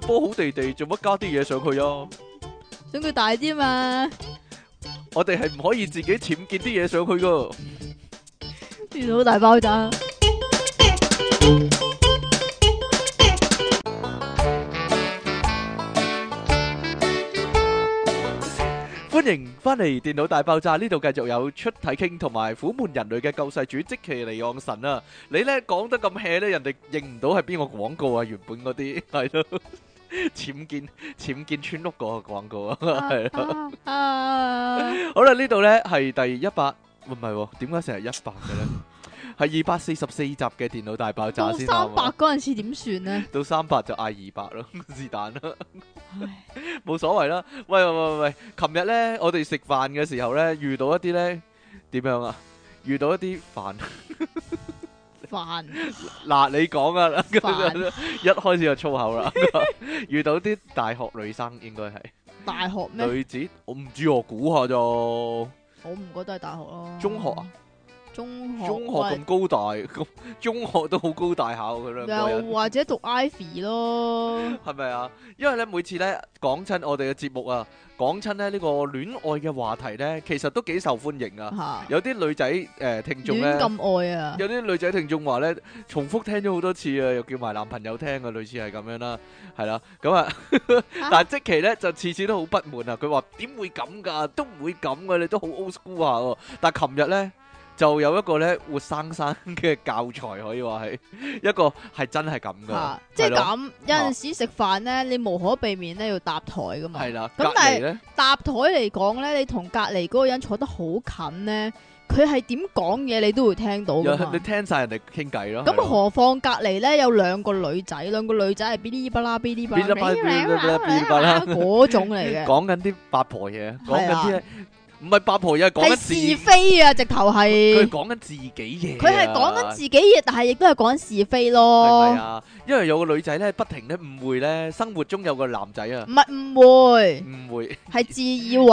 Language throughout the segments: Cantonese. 波好地地，做乜加啲嘢上去啊？想佢大啲嘛？我哋係唔可以自己僭建啲嘢上去噶。遇到大爆炸，欢迎翻嚟《電腦大爆炸》呢度，繼續有出體傾同埋苦悶人類嘅救世主即其尼昂神啊！你咧講得咁 hea 咧，人哋認唔到係邊個廣告啊？原本嗰啲 係咯，僭建僭建村屋嗰個廣告啊， 係咯。啊啊好啦，呢度咧係第一百，唔係喎，點解成日一百嘅咧？係二百四十四集嘅《電腦大爆炸到》先三啱百啊！嗰阵时點算呢？到三百就嗌二百咯，是但啦。唉冇所謂啦。喂喂喂喂，琴日咧我哋食飯嘅時候咧，遇到一啲咧點樣啊？遇到一啲煩 煩嗱，你講啊，煩 一開始就粗口啦。 遇到啲大學女生應該係大學咩？女子，我唔知我估下咋。我唔覺得係大學咯。中學啊？中學中學咁喂高大，咁中學都好高大下喎佢兩個人又。或者讀 Ivy 咯，係咪啊？因為咧每次咧講親我哋嘅節目啊，講親咧呢個戀愛嘅話題咧，其實都幾受歡迎啊。吓有啲女仔誒、呃、聽眾咧亂。咁愛啊！有啲女仔聽眾話咧，重複聽咗好多次啊，又叫埋男朋友聽啊，類似係咁樣啦，係啦，咁啊，但係即期咧就次次都好不滿啊，佢話點會咁㗎，都唔會咁㗎，你都好 old school 下喎。但係琴日咧就有一個咧活生生嘅教材可以話係一個係真係咁㗎，吓，即係係咯啊咁，有陣時食飯咧，你無可避免咧要搭台噶嘛。係啦，隔咁但係離咧搭台嚟講咧，你同隔離嗰個人坐得好近咧，佢係點講嘢你都會聽到噶又嘛你。聽晒人哋傾偈咯，係咁咯何況隔離咧有兩個女仔，兩個女仔係哔哩吧啦哔哩吧啦哔哩吧啦哔哩吧啦哔哩吧啦 嗰種嚟嘅，講緊啲八婆嘢，講緊係啊啲唔係八婆嘢， 講緊係自是非啊！直頭佢係講緊自己嘢啊，佢係講緊自己嘢，但係亦都係講緊是非係咪咯。啊？因為有個女仔咧，不停咧誤會咧，生活中有個男仔啊，唔係誤會，誤會係自以自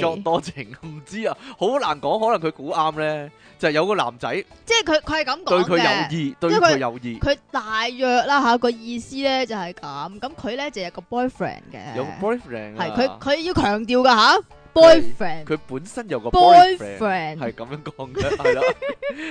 作為，多情，唔知啊，好難講，可能佢估啱咧，就係有個男仔即係佢佢係咁對講佢嘅有。意，對因為佢有意，佢大約啦吓個意思咧就係咁，咁佢咧就有個 boyfriend 嘅，有個 boyfriend 係啊佢佢要強調噶吓 boyfriend 佢本身有個 boyfriend。 boyfriend 係咁樣講嘅， 係啦。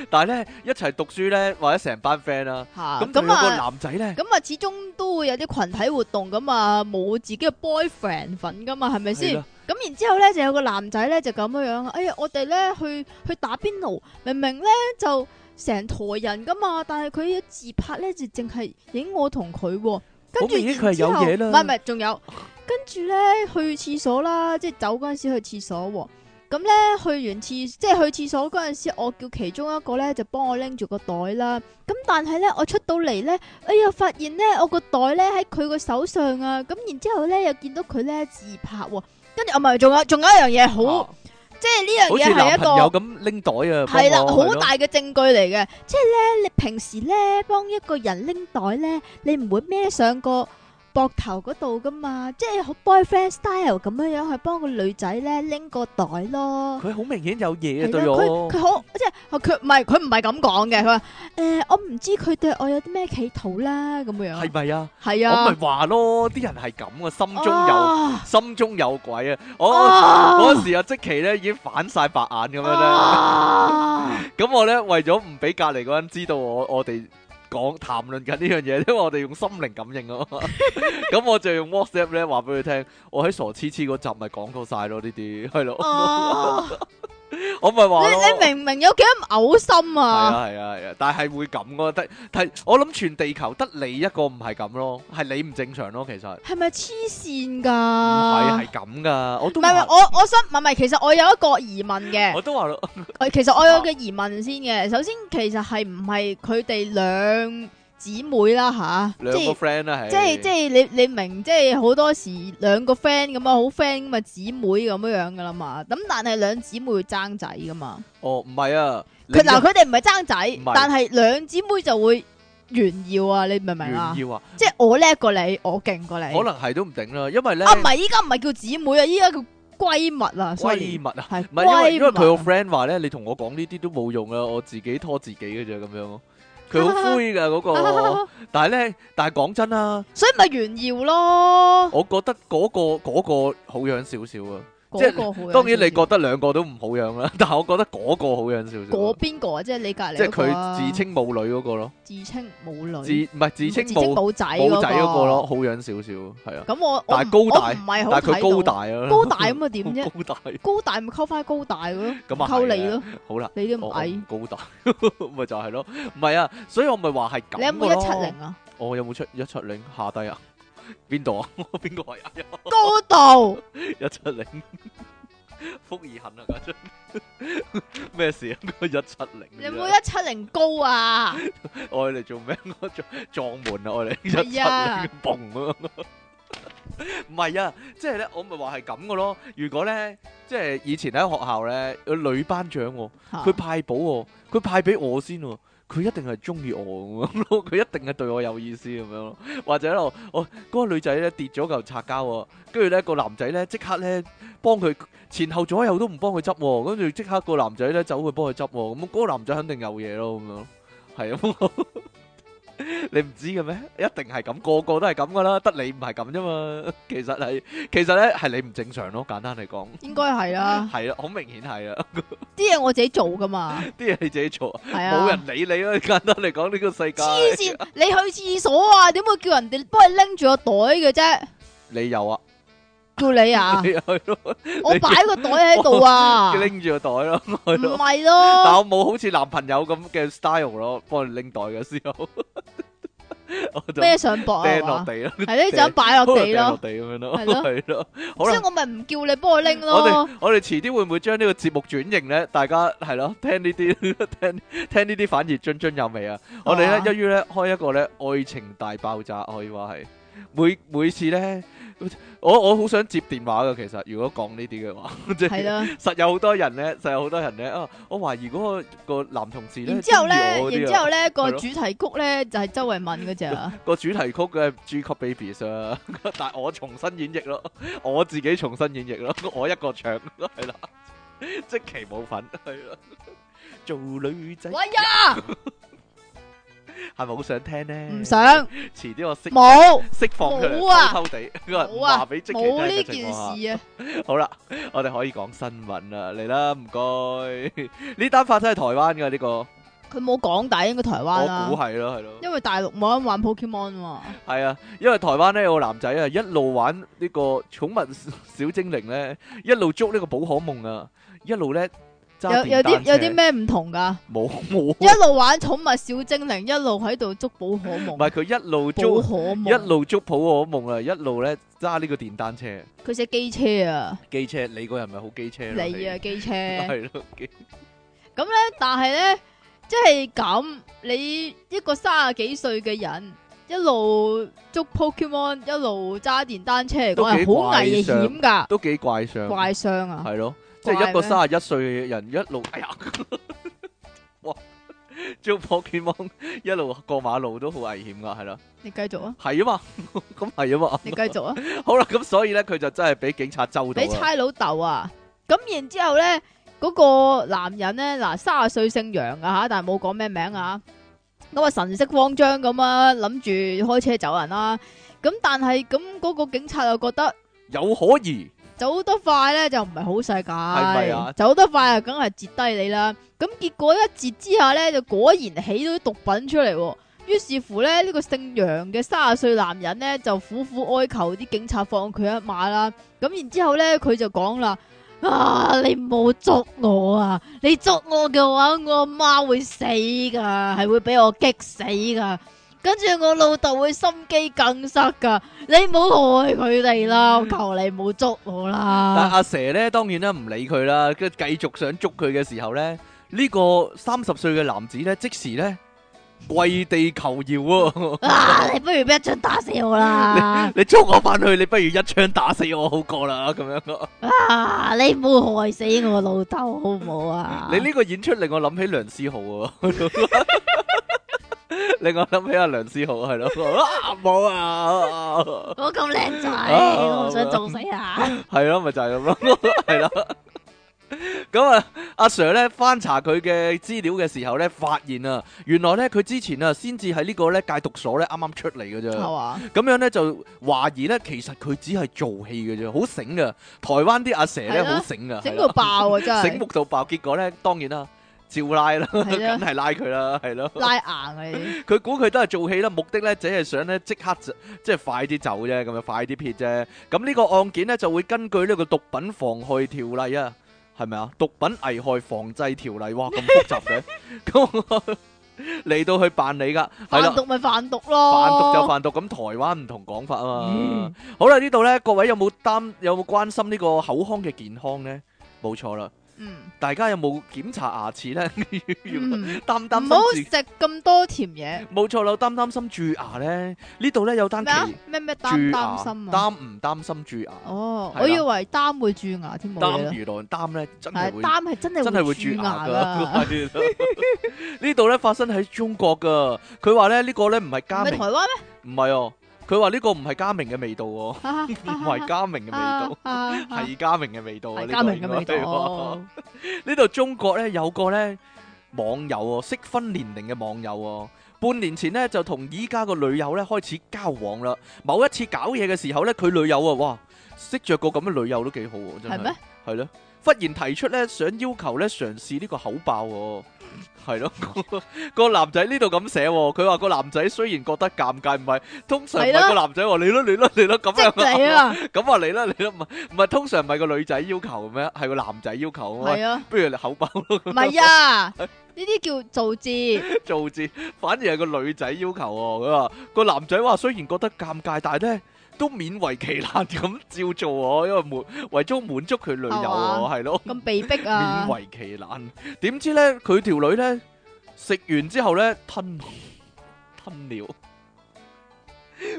但係咧，一齊讀書咧，或者成班 friend 啦，吓咁就有咁個啊男仔咧，咁啊始終都會有啲群體活動咁啊冇自己嘅 boyfriend 份噶嘛係咪係先啦？咁然之後咧就有個男仔咧就咁樣樣，哎呀我哋咧去去打邊爐，明明咧就成台人噶嘛，但係佢一自拍咧就淨係影我同佢喎。跟住好明顯佢係然之後有嘢啦唔係唔係，仲有跟住咧去廁所啦，即係走嗰陣時去廁所喎。咁咧去完廁，即係去廁所嗰陣時，我叫其中一個咧就幫我拎住個袋啦。咁但係咧我出到嚟咧，哎呀發現咧我個袋咧喺佢個手上啊。咁然之後咧又見到佢咧自拍喎。跟住啊，唔係，仲有仲有一樣嘢啊好，即係好呢似樣嘢係男一個朋友咁拎袋啊，幫係啦，我好係咯大嘅證據嚟嘅。即係咧，你平時咧幫一個人拎袋咧，你唔會孭上個膊頭嗰度噶嘛，即係好 boyfriend style 咁樣樣去幫個女仔咧拎個袋咯。佢好明顯有嘢啊係對咯我佢。佢好即係佢唔係佢唔係咁講嘅，佢話誒我唔知佢對我有啲咩企圖啦咁樣係樣，咪啊？係我咪啊，話咯，啲人係咁啊，心中 Ờ. 有啊心中有鬼啊！我啊嗰時啊，即期咧已經反晒白眼咁 Ờ. 樣啊咧，咁我咧為咗唔俾隔離嗰人知道我我哋講談論緊呢樣嘢，因為我哋用心靈感 應啊嘛，咁我就用 WhatsApp 咧話俾佢聽，我喺傻痴痴嗰集咪講過晒咯呢啲，係 Ờ. 咯，啊我咪話咯。你你明唔明有幾咁嘔心係啊？啊係啊係啊，但係會咁咯，得但係我諗全地球得你一個唔係咁咯，係你唔正常咯，其實唔係咪黐線㗎？Ờ. 係係咁噶，我唔都係唔係話，我我想唔係唔係，其實我有一個疑問嘅我，都話咯，誒其實我有個疑問先嘅。首先，其實係唔係佢哋兩姊妹啦吓，兩個即係 friend 啦，係即係即係你你明，即係好多時兩個 friend 咁啊，好 friend 咁啊，姊妹咁樣樣噶啦嘛。咁但係兩姊妹會爭仔噶嘛？哦唔係啊，佢嗱你佢哋唔係爭仔唔係，但係兩姊妹就會炫耀啊！你明唔明啊？炫耀啊，即係我叻過你，我勁過你。可能係都唔定啦，因為咧啊，唔係依家唔係叫姊妹啊，依家叫閨蜜閨啊。sorry，蜜啊。係唔係因為因為佢閨蜜個 friend 話咧，你同我講呢啲都冇用啊，我自己拖自己嘅啫咁樣咯，佢 好灰噶嗰個。但係咧，但係講真啦，所以咪炫耀咯。我覺得嗰個嗰個好樣少少啊。即係嗰個好。當然你覺，得兩個都唔好樣啦， 但係我覺得嗰個好樣少少嗰啊。邊個啊？即係你隔離即係嗰個佢啊自稱母女嗰個咯，自稱母女，自唔係自稱自母母仔母仔嗰個個咯，。好樣少少，係啊。咁我但係高大我唔係好但係佢高睇到大啊，高大咁啊點 啫？高大高大咪溝翻高大咯，咁啊，哦溝你。咯，好啦，你都咁我矮，我高 大，咪就係咯，唔係啊，所以我咪話係咁。你有冇一七？零啊？我有冇出一七零下低啊？邊 度啊？我邊個位啊？高 度一七零，福爾肯啊，家 陣咩事啊？一七零，你有冇一七零高啊？我嚟做咩？我撞撞門啊！我嚟一七係啊零，嘣 咁樣。唔係啊，即係咧，我咪話係咁嘅咯。如果咧，即係以前喺學校咧，有女班長喎。 佢派補我，佢派俾我先喎，佢一定係中意我咁樣咯，佢一定係對我有意思咁樣咯，或者我我嗰、個女仔咧跌咗嚿擦膠喎，跟住咧個男仔咧即刻咧幫佢前後左右都唔幫佢執喎，跟住即刻個男仔咧走去幫佢執喎，咁、嗰個男仔肯定有嘢咯咁 樣，係啊。你唔知嘅咩？ 一定係咁，個個都係咁噶啦，得你唔係咁啫嘛。其實係，其實咧係你唔正常咯。簡單嚟講，應該係啦，係啦，好明顯係啦，啲嘢我自己做噶嘛， 啲嘢你自己做。係啊，冇人理你咯，簡單嚟講呢個世界，黐線，你去廁所啊？點會叫人哋幫你拎住個袋嘅啫？你有啊，叫你啊 你，係咯，我擺個袋喺 度啊，唔拎住個袋咯，係咯，係但咯，我冇好似男朋友咁嘅 style 咯，幫你拎袋嘅時候，我就孭上膊掟啊落嘛，地咯，係咧就咁擺落地掟落咯，地咁樣咯，係咯係咯，好所以啦。我咪唔叫你幫我拎我 咯哋。我哋遲啲會唔會將呢個節目轉型咧？大家係咯，聽呢啲 聽聽呢啲反而津津有味啊！我哋咧一於咧開一個咧愛情大爆炸，可以話係每每次咧，我我好想接電話噶。其實如果講呢啲嘅話， 即係係啦，實有好多人咧，實有好多人咧啊！我懷疑嗰個個男同事咧，然之後咧，中意我嗰啲然之啊後咧個係咯主題曲咧就係周慧敏嗰只啊，個主題曲嘅《G Cup Babies》啊， 但係我重新演繹咯，我自己重新演繹咯， 我一個唱係啦， 即其冇份係啦。做女仔喂呀，係咪好想聽咧？唔，想遲啲我釋冇釋放出冇啊嚟，偷偷地，冇話啊，俾即其聽冇呢嘅件情況下。事啊，好啦，我哋可以講新聞啦，嚟啦，唔該。呢單發生喺台灣嘅呢個，我佢冇講，但係應該台灣啊估啦，係咯，係咯。因為大陸冇人玩 Pokemon 喎，系啊，因為台灣咧有個男仔啊，一路玩呢個寵物小精靈咧，一路捉呢個寶可夢啊，一路咧揸有電有啲單有啲車咩唔同㗎？冇冇，一路玩寵物小精靈，一路喺度捉寶可唔係夢，佢一路寶捉可夢，一路捉寶可夢啊，一路咧揸呢個電單車佢只機車啊，機車，你個人咪好機車咯，你啊機車，你， 係咯，機但係咧，即係咁，你一個三十幾歲嘅人，一路捉 Pokemon，一路揸電單車嚟都幾講係好危險㗎，都幾怪相，怪傷啊！係咯，即係一個三十一歲嘅人一路，哎呀， 哇，捉 Pokemon 一路過馬路都好危險噶，係咯，你繼續啊，係啊嘛， 咁係啊嘛。你繼續啊， 好啦，咁所以咧，佢就真係俾警察周到俾啦。差佬鬥啊！咁然之後咧，嗰、個男人咧，嗱三十歲姓楊啊吓，但係冇講咩名啊。咁啊神色慌張咁啊，諗住開車走人啦、咁但係咁嗰個警察又覺得有可疑，走得快咧就唔係好世界，咪啊走得快啊，梗係截低你啦。咁結果一截之下咧，就果然起到啲毒品出嚟、喎。於是乎咧，呢、個姓楊嘅三十歲男人咧就苦苦哀求啲警察放佢一馬啦。咁然之後咧，佢就講啦：啊，你冇捉我啊！你捉我嘅話，我阿媽會死噶，係會俾我激死噶。跟住我老豆會心肌梗塞噶。你唔好害佢嗯哋啦，我求你唔好捉我但啦。阿蛇咧當然啦唔理佢啦，跟住繼續想捉佢嘅時候咧，呢、個三十歲嘅男子咧即時咧跪地求饒喎、 啊！你不如一槍打死我啦！你捉我翻去，你不如一槍打死我好過啦，咁樣咯。啊！你唔好害死我老豆好唔好啊？你呢個演出令我諗起梁思浩喎、 令我諗起阿梁思浩係咯，啊冇啊，我咁靚仔，啊 我唔想撞死啊！係咯，咪就係咁咯，係啦。咁咁啊，阿 Sir 咧翻查佢嘅資料嘅時候咧，發現啊，原來咧佢之前啊先至喺呢個咧戒毒所咧啱啱出嚟嘅啫。係嘛？咁樣咧就懷疑咧，其實佢只係做戲嘅啫，好醒噶。台灣啲阿蛇咧係啦好醒噶，整係到啦爆啊！真醒目係到爆。結果咧，當然啦，照拉啦， 梗係啦係拉佢啦，係咯。拉硬啊！你佢估佢都係做戲啦，目的咧只係想咧即刻就即係快啲走啫，咁樣快啲撇啫。咁呢個案件咧就會根據呢個毒品妨害條例啊，係咪啊？毒品危害防制條例，哇咁複雜嘅， 咁嚟到去辦理噶，係啦販。毒咪販毒咯，販毒就販毒，咁台灣唔同講法啊嘛。嗯好啦，呢度呢，各位有冇擔有冇關心呢個口腔嘅健康呢？冇錯啦，嗯，大家有冇檢查牙齒呢？ 要嗯擔唔好擔心食咁多甜嘢。住，冇錯啦，擔擔心蛀牙呢。呢度呢，有單咩啊奇？咩咩擔蛀牙擔，心啊？擔唔擔心蛀牙？哦，係啦我以為擔會蛀牙添，冇嘢擔啦。如來擔呢，真係係會。擔係真係真係會會蛀牙噶噶，，係啦 呢度呢發生喺中國噶，佢話呢，呢個呢唔係唔 加係明台，灣 唔係哦，佢話呢個唔係加明嘅味道喎，唔咩？係加明嘅味道。係係家明嘅味道啊！啊係呢家個明嘅應味該道哦係。喎呢度中國咧有個咧網友喎，適婚年齡嘅網友喎。半年前咧就同依家個女友咧開始交往啦。某一次搞嘢嘅時候咧，佢女友啊，哇，識着個咁嘅女友都幾好喎，真哦係係咩？係咯。忽然提出咧，想要求咧嘗試呢個口爆喎，係咯。 個個男仔呢度咁寫喎，佢話個男仔雖然覺得尷尬，唔係通常唔係係咯個男仔話你咯你咯你咯咁即樣啊你 啊，咁話你啦，你啦，唔係唔係通常唔係個女仔要求咩？係個男仔要求啊嘛。係啊，不如你口爆咯，唔 係啊，呢啲叫造字，做字，反而係個女仔要求喎。佢話個男仔話雖然覺得尷尬，但係咧都勉為其難咁照做喎，因為滿為咗滿足佢女友係喎，係咯，咁被逼啊勉，為其難。點知咧佢條女咧食完之後咧吞吞了。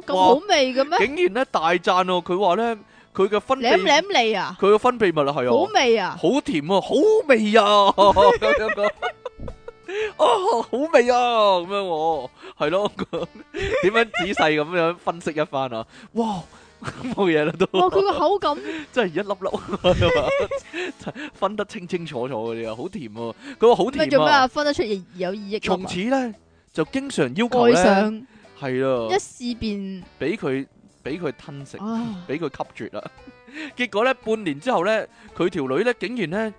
咁好味嘅咩？竟然咧大讚喎！佢話咧佢嘅分舐泌，舐你啊，佢嘅分泌物啊，係啊好。味啊，好甜啊，好味啊，咁樣講。哦，好味啊，咁樣喎，係咯，點樣仔細咁樣分析一番啊？哇，冇嘢啦都，哇，佢 個口感真係一粒粒分得清清楚楚嗰啲啊，好甜啊！佢話好咩甜做咩啊啊？，分得出有有意益從此咧就經常要求蓋咧，啊上係啦一，試便俾佢俾佢吞食。啊，俾佢吸絕啦。 結果咧，半年之後咧，佢條女咧竟然咧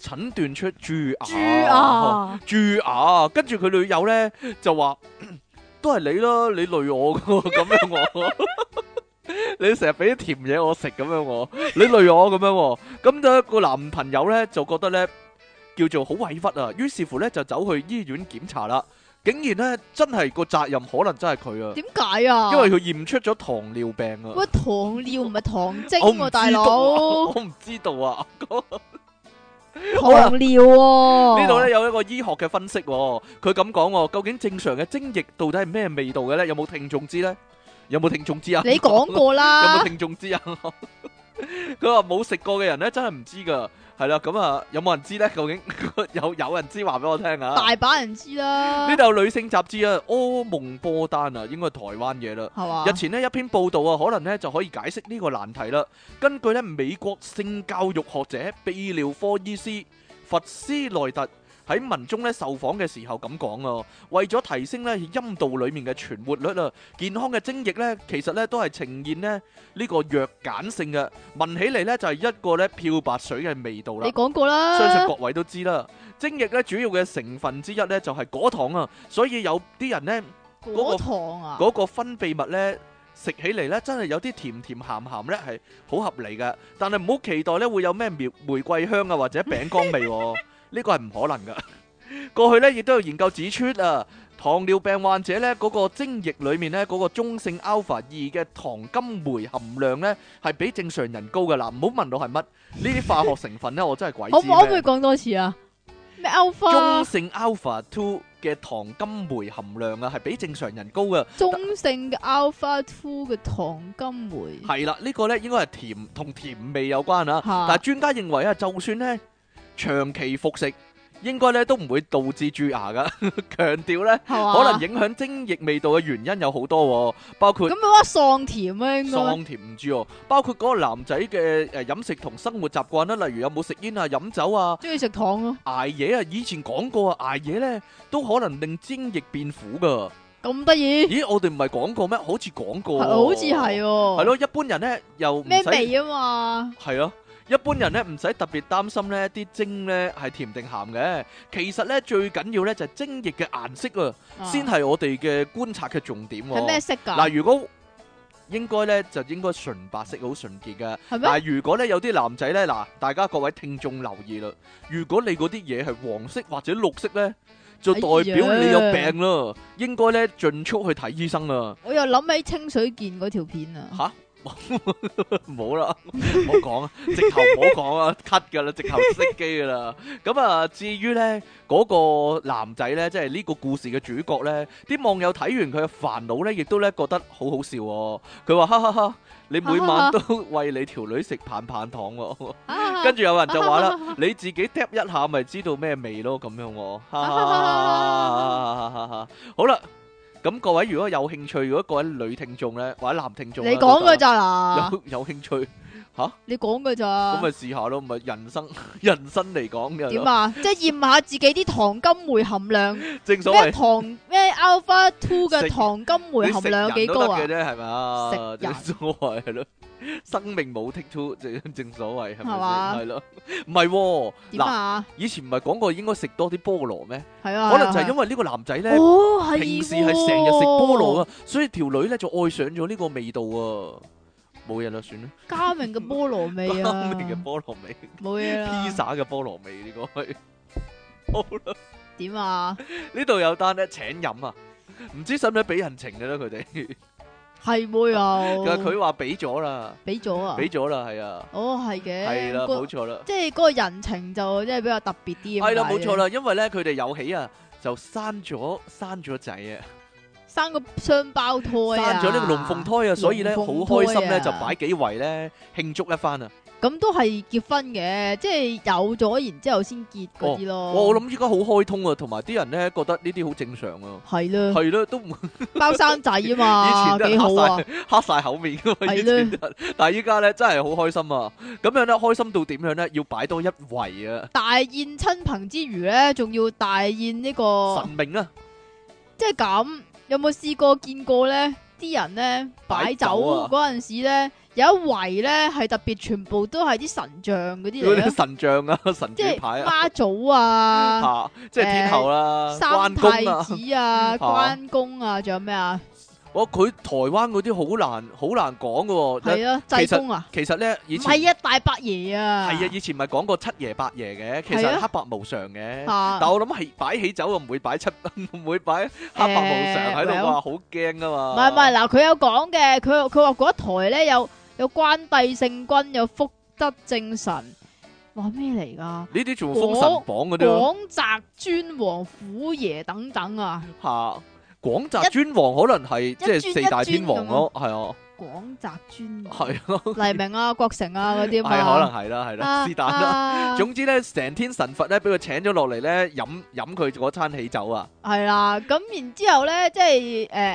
診斷出蛀牙，豬啊，蛀牙。跟住佢女友咧就話： 都係你啦，你累我噶 咁樣我。你成日俾啲甜嘢我食咁樣我，你累我咁樣喎。咁就一個男朋友咧就覺得咧叫做好委屈啊，於是乎咧就走去醫院檢查啦。竟然咧真係個責任可能真係佢啊，點解啊？因為佢驗出咗糖尿病啊。喂糖尿唔係糖精我唔知道喎，啊大佬，我唔知道啊。 好啦糖尿喎，呢度咧有一個醫學嘅分析、喎，佢咁講喎，究竟正常嘅精液到底係咩味道嘅咧？有冇聽眾知咧？有冇聽眾知啊？你講過 有啦冇，聽眾知啊？佢話冇食過嘅人咧，真係唔知噶。係啦，咁啊，有冇人知咧？究竟 有有人知話俾我聽啊？大把人知啦呢，度有女性雜誌啊，柯夢波丹啊，應該係台灣嘢啦。係嘛日？前呢一篇報道啊，可能呢就可以解釋呢個難題啦。根據呢美國性教育學者、泌尿科醫師佛斯內特喺文中呢受訪嘅時候咁講啊，為咗提升呢陰道裡面嘅存活率啊，健康嘅精液呢其實呢都係呈現呢呢個弱鹼性嘅，聞起嚟呢就係一個呢漂白水嘅味道啦你。講過啦，相信各位都知啦，精液呢主要嘅成分之一呢就係果糖啊，所以有啲人呢。嗰個果糖啊，嗰個分泌物咧食起嚟咧，真係有啲甜甜鹹鹹咧，係好合理嘅。但係唔好期待咧會有咩玫玫瑰香啊或者餅乾味喎， 呢個係唔可能噶。過去咧亦都有研究指出啊，糖尿病患者咧嗰個精液裡面咧嗰個中性 alpha 二嘅糖甘酶含量咧係比正常人高噶啦。唔好問我係乜呢啲化學成分咧，我真係鬼可唔知可唔可以咩。講多次啊？咩 alpha 中性 alpha two 嘅糖甘酶含量啊，係比正常人高嘅。中性嘅 alpha two 嘅糖甘酶，係啊啦，呢個呢應該係甜同甜味有關啊。嚇但係專家認為啊，就算呢長期服食，應該咧都唔會導致蛀牙噶。 強調咧，係嘛？可能影響精液味道嘅原因有好多、喎，包括咁佢話喪甜啊，應該喪甜唔知喎，包括嗰個男仔嘅誒飲食同生活習慣啦，例如有冇食煙啊、飲酒啊、中意食糖咯，捱夜啊。以前講過啊，捱夜咧都可能令精液變苦 噶。咁得意，咦，我哋唔係講過咩？好似講過喎，好似係係喎，咯，一般人咧又唔咩使味啊嘛？係咯，一般人咧唔使特別擔心咧啲精咧係甜定鹹嘅。其實咧最緊要咧就係精液嘅顏色啊，啊先係我哋嘅觀察嘅重點喎。係咩色㗎？嗱，如果應該咧就應該純白色，好純潔嘅。係但咩？係如果咧有啲男仔咧，嗱，大家各位聽眾留意啦，如果你嗰啲嘢係黃色或者綠色咧，就代表你有病啦，應該咧盡速去睇醫生啊！我又諗起清水健嗰條片啊，吓， 唔好啦，唔好講啊，直頭唔好講啊，cut 噶啦，直頭熄機噶啦。咁啊，至於咧嗰個男仔咧，即係呢個故事嘅主角咧，啲網友睇完佢嘅煩惱咧，亦都咧覺得好好笑喎。佢話：哈哈哈，你每晚都喂你條女食棒棒糖喎。 跟住有人就話啦，你自己 tap 一下咪知道咩味咯，咁樣喎。哈哈哈哈哈哈好啦，咁各位如果有興趣，如果各位女聽眾咧或者男聽眾你呢，講都嘅得咋嗱？有有興趣，你講嘅咁咋咪？試下咯，咪人生 人生嚟講嘅點咯，啊？即係驗下自己啲糖金酶含量，正所咩謂糖咩 alpha two 食嘅糖金酶你含食量有幾人都高得啊嘅？啫，係咪啊？食人正所謂係咯，生命冇 take two，正正所謂係咪係嘛先？係咯，唔係喎點嗱，啊？以前唔係講過應該食多啲菠蘿咩？係啊，可能就係因為為呢個男仔咧，哦係平時係成日食菠蘿啊，啊，所以條女咧就愛上咗呢個味道啊！冇嘢啦，算啦，加明嘅菠蘿味啊， 啱嘅菠蘿味冇嘢啦。 ，pizza 嘅菠蘿味呢個係。點啊？呢度有單咧請飲啊，唔知使唔使俾人情嘅咧？佢哋，係會有。但係佢話俾咗啦，俾咗哦啊？俾咗啦，係啊，哦，係嘅。係啦，個冇錯啦，即係嗰個人情就即係比較特別啲。係啦，冇錯。啦，因為咧佢哋有喜啊，就生咗生咗仔啊，生個雙胞胎生啊，咗呢個龍鳳胎啊，所以咧好龍鳳胎開心咧啊就擺幾圍咧慶祝一番啊！咁都係結婚嘅，即係有咗然之後先結嗰啲咯。哦我我諗依家好開通啊，同埋啲人咧覺得呢啲好正常啊，係啦，係咯，都唔包生仔啊 嘛，以前都係幾好啊，黑晒口面噶嘛，以係前咧，但係依家咧真係好開心啊！咁樣咧開心到點樣咧？要擺多一圍啊！大宴親朋之餘咧，仲要大宴呢、個，神明啊！即係咁。有冇試過見過咧？啲人咧擺酒擺酒啊嗰陣時咧，有一圍咧係特別，全部都係啲神像嗰啲嗰嚟啲咯，神像啊、神即主係牌啊，媽 祖啊、吓，即係天后啦、關三公太啊。子啊、啊關公啊，仲有咩啊？哇，佢台灣嗰啲好難好難講嘅喎。係啊，濟公啊，其實咧，以唔前係係啊，大伯爺啊，啊，以前咪講過七爺八爺嘅，其實係係啊黑白無常嘅。啊但我諗係擺喜酒啊，唔會擺七， 唔會擺黑白無常喺誒度， ，well 哇，好驚噶嘛。唔係唔係，嗱，佢有講嘅，佢佢話嗰一台咧有有關帝聖君，有福德正神，話咩嚟噶？呢啲仲封神榜嗰啲咯廣澤尊王虎爺等等啊，嚇。廣澤尊王可能係即係四大天王咯，係啊，廣澤尊王係咯，黎明啊、郭成嗯啊嗰啲係嘛，啊可能係啦，係啦，是但啦。啦總之咧，成天神佛咧，俾佢請咗落嚟咧，飲飲佢嗰餐喜酒啊！係啦，咁然之後咧，即係誒誒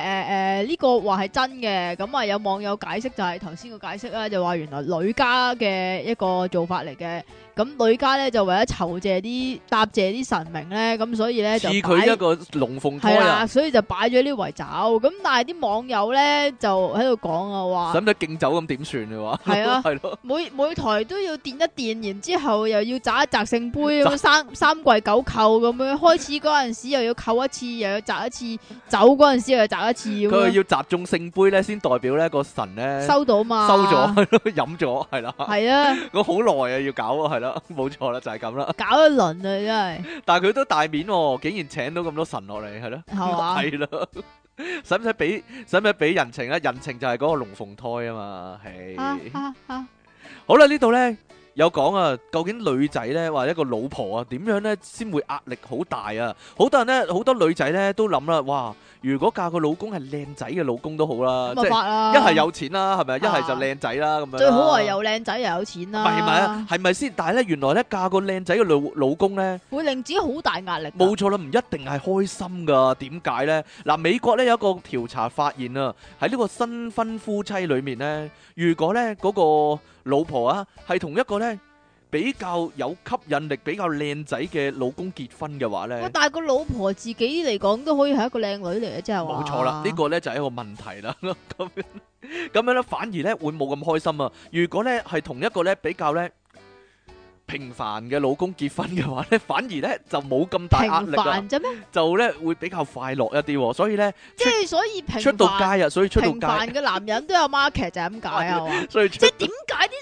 誒呢個話係真嘅，咁啊有網友解釋就係頭先個解釋啦，就話原來女家嘅一個做法嚟嘅，咁女家咧就為咗酬謝啲答謝啲神明咧，咁所以 咧似哎就佢一擺個龍鳳係胎啦，啊！所以就擺咗呢圍酒，咁但係啲網友咧就喺度講啊使話。唔使敬酒咁點算嘅話？係啊係咯，每每台都要墊一墊，然之後又要擲一擲聖杯咁樣三三跪九叩咁樣。開始嗰陣時又要叩一次，又要擲一次；走嗰陣時又要擲一次咁佢樣。要集中聖杯咧，先代表咧個神咧啊 收到嘛，收咗， 係咯，飲咗係啦。系啊，我好耐啊，要搞啊，係啦，冇錯啦，就係咁啦。搞一輪啊，真係但係佢都大面喎，竟然請到咁多神落嚟，係咯，係 嘛係咯。使唔使俾使唔使俾人情咧？人情就係嗰個龍鳳胎啊嘛，係。啊啊啊，好啦，呢度呢有講啊，究竟女仔呢，或者一個老婆啊，點樣呢先會壓力好大啊？好多人呢，好多女仔呢都諗啦，哇，如果嫁個老公係靚仔嘅老公都好啦，即咁啊係發啦，一係有錢啦，係咪？一係就啊靚仔啦，咁樣啦。最好係又靚仔又有錢唔啦，係唔係啊？係咪先？但係咧，原來咧嫁個靚仔嘅老老公咧。會令自己好大壓力㗎。啊冇錯啦，唔一定係開心噶。點解呢？嗱，美國呢有一個調查發現啊，喺呢個新婚夫妻裏面呢，如果呢嗰個老婆啊係同一個呢比較有吸引力、比較靚仔嘅老公結婚嘅話喂呢，但係個老婆自己嚟講都可以係一個靚女嚟嘅，即係話。冇錯啦，呢個呢就係一個問題啦。咁樣咁樣咧，反而呢會冇咁開心啊。如果呢係同一個呢比較呢平凡嘅老公結婚嘅話呢，反而呢就冇 咁大壓平力啊凡，啫咩？就呢會比較快樂一啲喎。所以呢。即係所以平出到凡街啊，所以出到平街，凡嘅男人都有 market 就係咁解啊，話 所以出即係點解啲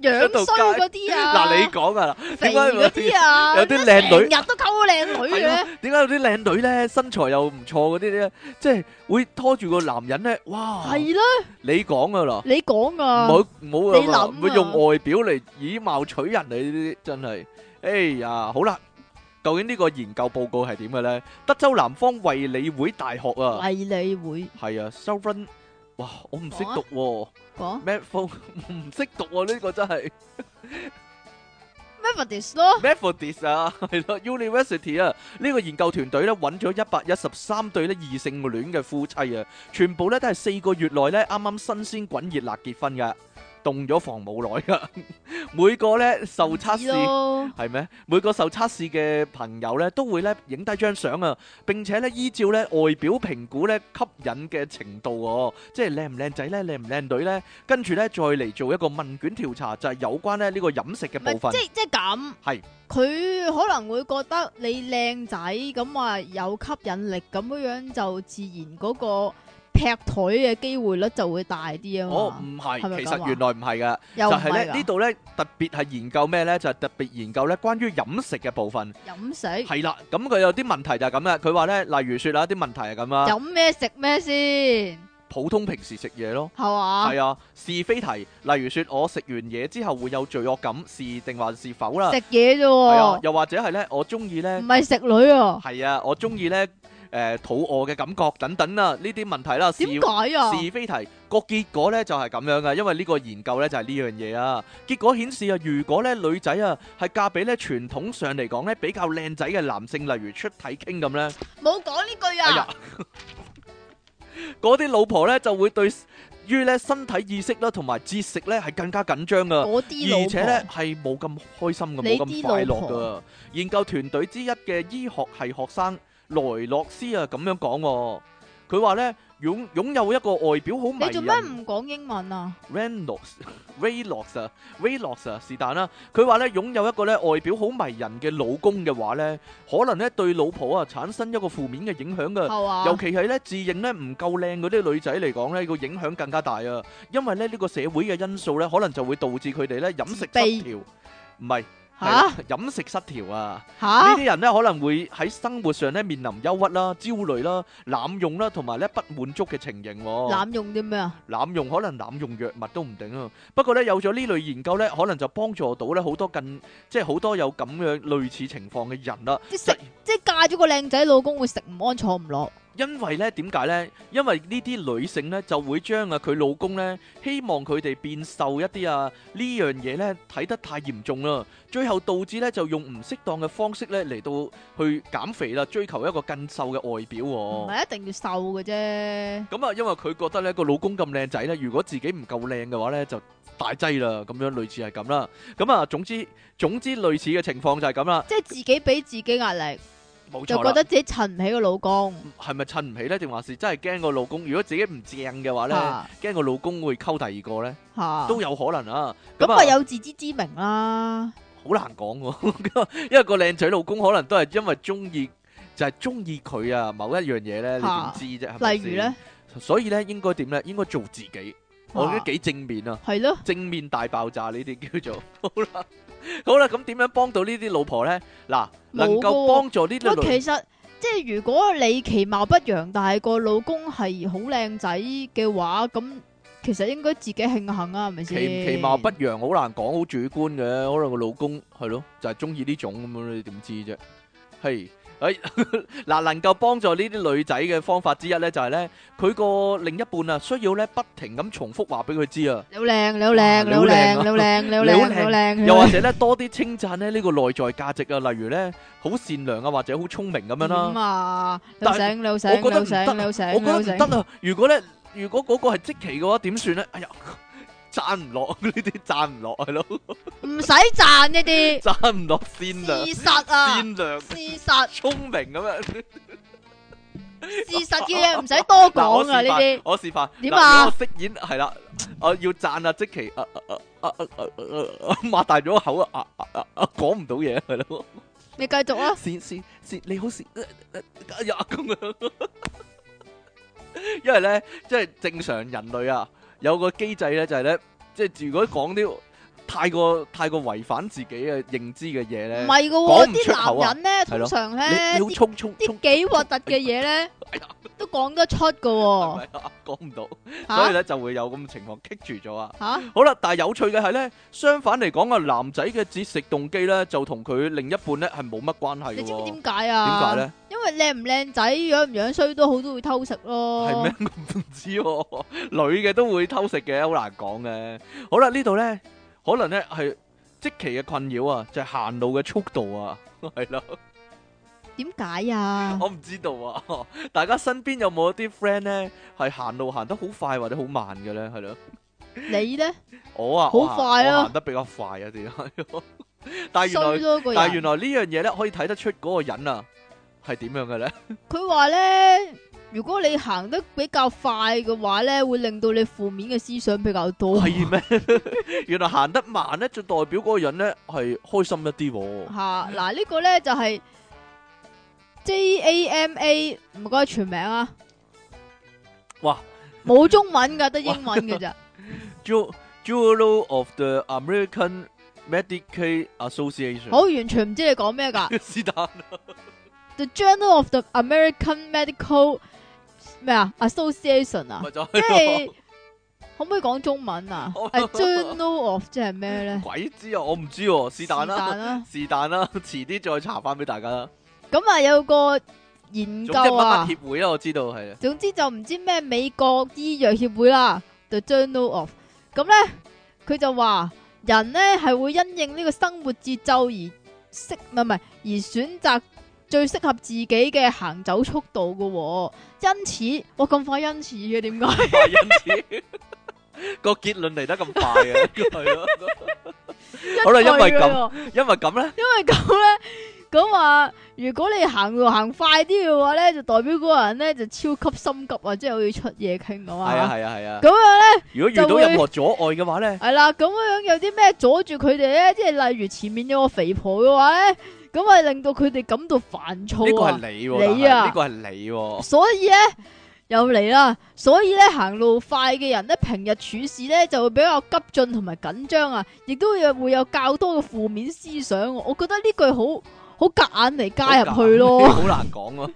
樣衰嗰啲啊，嗱你講啊，肥嗰啲啊，有啲靚女成日都溝靚女係嘅，咯，點解有啲靚女咧身材又唔錯嗰啲咧，即係會拖住個男人咧，哇！係啦，你講噶啦，你講唔噶，好唔好你咁諗啊，啊唔會用外表嚟以貌取人你呢啲真係，哎呀，好啦，究竟呢個研究報告係點嘅咧？德州南方衛理會大學啊，為你會係啊，Southern，哇，我唔識講啊讀喎講 m e t h o 唔識讀喎，呢個真係。 Methodist 咯， Methodist 啊，係咯，University 啊，呢個研究團隊咧揾咗一百一十三對咧異性戀嘅夫妻啊，全部咧都係四個月內咧啱啱新鮮滾熱辣結婚噶，凍咗房冇耐噶，每個咧受測唔知試。咯，係咩？每個受測試嘅朋友咧，都會咧影低張相啊，並且咧依照咧外表評估咧吸引嘅程度喎、即係靚唔靚仔咧，靚唔靚女咧，跟住咧再嚟做一個問卷調查，就係、有關咧呢個飲食嘅唔係部分即。係即係咁，係佢可能會覺得你靚仔咁啊有吸引力咁樣樣就自然嗰個劈腿嘅機會率就會大啲哦啊，嘛，唔係，係咪其咁實啊原來唔係噶，又就唔係咧呢係㗎度咧特別係研究咩咧？就係特別研究咧關於飲食嘅部分。飲食。係啦，咁佢有啲問題就係咁啦。佢話咧，例如説啦，啲問題係咁啦，飲咩食咩先，普通平時食嘢咯。係嘛？係啊，是非題，例如説我食完嘢之後會有罪惡感，是定還是否啦食？嗯嘢啫係啊，喎，又或者係咧，我中意咧唔，係食女啊？係啊，我中意咧，誒肚餓嘅感覺等等啦，呢啲問題啦，是點解啊？是非題個結果呢就係咁樣嘅，因為呢個研究呢就係呢樣嘢啊。結果顯示啊，如果呢女仔啊係嫁俾呢傳統上嚟講呢比較靚仔嘅男性，例如出體傾咁呢，冇講呢句哎呀啊！嗰啲老婆呢就會對於呢身體意識啦同埋節食呢係更加緊張噶。我啲而老且咧婆係冇咁開心嘅，冇你咁啲快老樂婆噶。研究團隊之一嘅醫學系學生萊洛斯啊咁樣講喎，佢話咧擁擁有一個外表好迷你做咩人。唔講英文啊？ Reynolds Reynolds 啊 Reynolds 啊是但啦，佢話咧擁有一個咧外表好迷人嘅老公嘅話咧，可能咧對老婆啊產生一個負面嘅影響嘅。係嘛？尤其係咧自認咧唔夠靚嗰啲女仔嚟講咧，個影響更加大啊！因為咧呢個社會嘅因素咧，可能就會導致佢哋咧飲食失調，唔係吓係飲食失調啊！呢吓啲人咧可能會喺生活上咧面臨憂鬱啦、焦慮啦、濫用啦，同埋咧不滿足嘅情形喎。濫用啲咩啊？濫用可能濫用藥物都唔定啊。不過咧，有咗呢類研究咧，可能就幫助到咧好多更即係好多有咁樣類似情況嘅人啦。即係食即係嫁咗個靚仔老公會食唔安坐唔落，因為咧點解咧？因為呢啲女性咧就會將啊佢老公咧希望佢哋變瘦一啲啊呢樣嘢咧睇得太嚴重啦，最後導致咧就用唔適當嘅方式咧嚟到去減肥啦，追求一個更瘦嘅外表、唔喎。係一定要瘦嘅啫。咁啊，因為佢覺得咧個老公咁靚仔咧，如果自己唔夠靚嘅話咧就大劑啦，咁樣類似係咁啦。咁啊，總之總之類似嘅情況就係咁啦，即係自己俾自己壓力，冇就錯覺啦。得自己襯唔起個老公。係咪襯唔起咧？定還是真係驚個老公？如果自己唔正嘅話咧？吓驚個老公會溝第二個咧，吓，都有可能啊。咁啊啊，有自知之明啦。好難講喎， 因為個靚仔老公可能都係因為中意，就係中意佢啊某一樣嘢咧，嚇你點知啫？係咪例如先咧，，所以咧應該點咧？應該做自己，我覺嚇得幾正面啊，係咯，正面大爆炸呢啲叫做 好啦。好啦，咁點樣幫到呢啲老婆咧？嗱，能冇夠喎幫助呢喂，啲老其實即係如果你其貌不揚，但係個老公係好靚仔嘅話，咁其實應該自己慶幸啊，係 咪先？其其貌不揚，好難講，好主觀嘅。可能個老公係咯，就係中意呢種咁樣，你點知啫？係嗱，能夠幫助呢啲女仔嘅方法之一咧，就係咧，佢個另一半啊，需要咧不停咁重複話俾佢知啊，你好靚，你好靚，你好靚，你好靚，你好你好靚，靚你好靚，又或者咧多啲稱讚咧呢個內在價值啊，例如咧好善良啊，或者好聰明咁樣啦。啊，你但好係醒，你好醒，我覺得你好唔醒，得你好醒，我你好覺醒得唔。得啊！如果咧，如果嗰個係即期嘅話，點算咧？哎呀， 讚唔落呢啲讚唔落係咯，唔使賺呢啲讚唔落善良、事實啊，善良、事 實聰明咁樣。事實嘅嘢唔使多嗱，我講啊，示呢範啲我示範。嗱如點啊果我飾演係啦，我要讚啊，即其啊啊啊啊啊啊啊 擘大咗個口啊啊啊啊啊，講唔到嘢係 咯，你繼續啊，善善善，你好善，呃呃哎呀咁樣。 因為咧，即係正常人類啊，有個機制咧，就係咧，即係如果講啲太過太過違反自己嘅認知嘅嘢唔咧，係噶講喎，唔出啲口啊男人咧係通咯常你咧你好衝啲衝衝啲，幾核突嘅嘢咧哎呀都講得出噶 係喎咪啊？講唔到，所以吓咧就會有咁嘅情況棘住咗啊！吓，好啦，但係有趣嘅係咧，相反嚟講啊，男仔嘅節食動機咧，就同佢另一半咧係冇乜關係嘅你知唔喎。知點解點啊？解？咧？因為靚唔靚仔、樣唔樣衰都好，都會偷食咯。係咩？？ 我唔知喎，女嘅都會偷食嘅，好難講嘅。好啦，呢度咧可能咧係即期嘅困擾啊，就係行路嘅速度啊， 係啦，點解啊？我唔知道啊。 大家身邊有冇一啲 friend 咧係行路行得好快或者好慢嘅咧？係咯。你咧我啊，好我行快啊我行得比較快一啲， 係咯但係衰原來，咯個但係原人。來呢樣嘢咧，可以睇得出嗰個人啊係點樣嘅咧，佢話咧，如果你行得比較快嘅話咧，會令到你負面嘅思想比較多。係咩？ 原來行得慢咧，就代表嗰個人咧係開心一啲喎。吓嗱，呢個咧就係 J A M A，唔該全名啊，哇冇中文噶，得英文嘅咋。 ，Ju Journal of the American Medical Association，好，完全唔知你講咩噶。是但 The Journal of the American Medical 咩啊 Association 啊咪，就即係哦係咯。可唔可以講中 文啊？好係 Journal of 即係咩咧？鬼知啊，我唔知喎，是但啦， 是但啦，遲啲再查翻俾大家啦。咁啊，有個研總究之乜乜啊，協會啦，我知道 係啊。總之就唔知咩美國醫藥協會啦，The Journal of。咁咧，佢就話人咧係會因應呢個生活節奏而適唔係唔係而選擇最適合自己嘅行走速度噶、喎。因此，我咁快因此嘅點解？快因此個結論嚟得咁快嘅， 係咯。 好啦，因為咁，咁，因為咁咧， 因為咁咧，咁話如果你行路行快啲嘅話咧，就代表嗰個人咧就超級心急啊，即係好似出嘢傾咁係啊啊。係啊係啊。咁樣咧。如果遇到就會任何阻礙嘅話咧， 系啦，咁樣有啲咩阻住佢哋咧？即係例如前面有個肥婆嘅話咧，咁啊令到佢哋感到煩躁呢個係啊。你喎，你但係啊呢個係你喎，所以咧又嚟啦，所以咧行路快嘅人咧，平日處事咧就會比較急進同埋緊張啊，亦都有會有較多嘅負面思想喎。我覺得呢句好好夾硬嚟加入去咯。好難講 啊。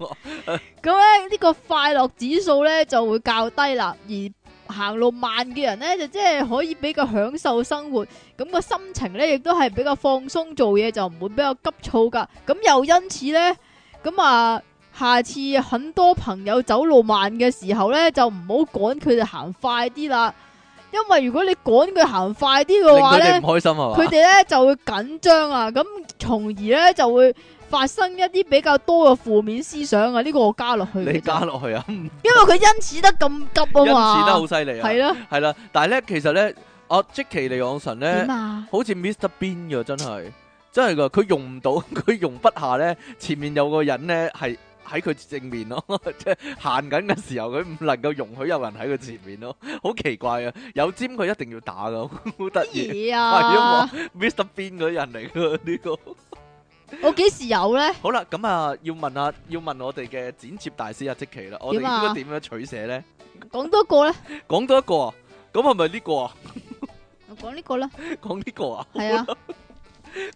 咁咧呢個快樂指數咧就會較低啦，而行路慢嘅人咧就即係可以比較享受生活，咁、個心情咧亦都係比較放鬆，做嘢就唔會比較急躁噶。咁又因此咧，咁啊下次很多朋友走路慢嘅時候咧，就唔好趕佢哋行快啲啦，因為如果你趕佢行快啲令嘅到話你咧唔。開心係佢嘛？哋咧就會緊張啊，咁從而咧就會發生一啲比較多嘅負面思想啊。呢、個我加落去嘅啫，你加落去啊，因因為佢因此得咁急此啊得好嘛，犀利啊。係 咯，係啦，但係咧，其實啊咧，阿即其利昂神咧點。啊？好似 Mr Bean 嘅真係真係噶，佢用唔到， 佢用不下咧。前面有個人咧係喺佢正面咯， 即係行緊嘅時候，佢唔能夠容許有人喺佢前面咯，好奇怪啊！有尖佢一定要打噶，好得乜意。嘢係啊啊？ Mr Bean 嗰啲人嚟噶呢個。我幾時有咧？好啦，咁啊要問啊要問我哋嘅剪接大師阿即奇啦，我哋應點該啊點樣取捨咧？講多個咧，講多一個啊，咁係咪呢個啊？我講呢個啦， 講呢個啊？係啊，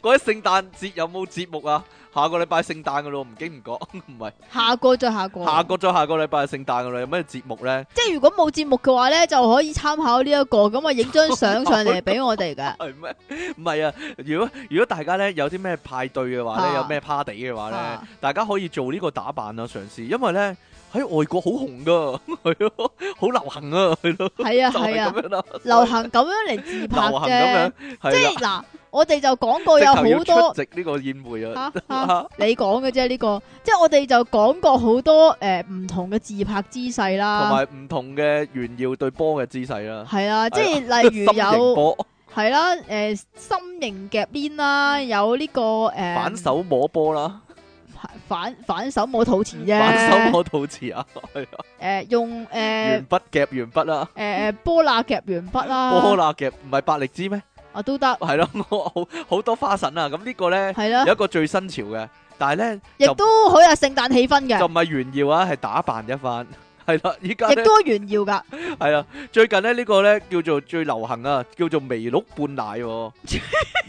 嗰啲聖誕節有冇節目啊？下個禮拜聖誕噶咯，唔經唔覺， 唔係下個再下個，下個再下個禮拜係聖誕噶啦，有咩節目 咧？。即係如果冇節目嘅話咧，就可以參考呢、一個，咁我影張相上嚟俾我哋噶係咩？唔係啊！如果如果大家咧有啲咩派對嘅話咧，啊有咩 party 嘅話咧啊，大家可以做呢個打扮啊，嘗試，因為咧喺外國好紅噶， 係咯，好流行啊，係咯，係啊 就係係啊咁，樣啦，流行咁樣嚟自拍流行咁啫樣。，即係啦係，嗱，我哋就講過直有頭好要多出席呢個宴會啊吓。吓，你講嘅啫呢個，即係我哋就講過好多诶唔同嘅自拍姿同勢啦，埋唔同嘅炫耀對波嘅姿勢啦，係啊，即係心例如形有波、係啦，诶心形夾邊啦，有呢個诶反手摸波啦，反反手摸肚臍啫，反手摸肚臍啊，係啊诶用诶鉛筆夾鉛筆啦，诶波罅夾鉛筆啦，波啦夾，唔係百力滋咩？啊都得， 係咯，我好好多花神啊！咁呢個咧係啦有，一個最新潮嘅，但係咧亦就都好有聖誕氣氛就嘅，唔係炫耀啊，係打扮一番。係啦，依家亦咧都炫 耀噶，係啦，最近咧呢個咧叫做最流行啊，叫做微鹿伴奶 喎，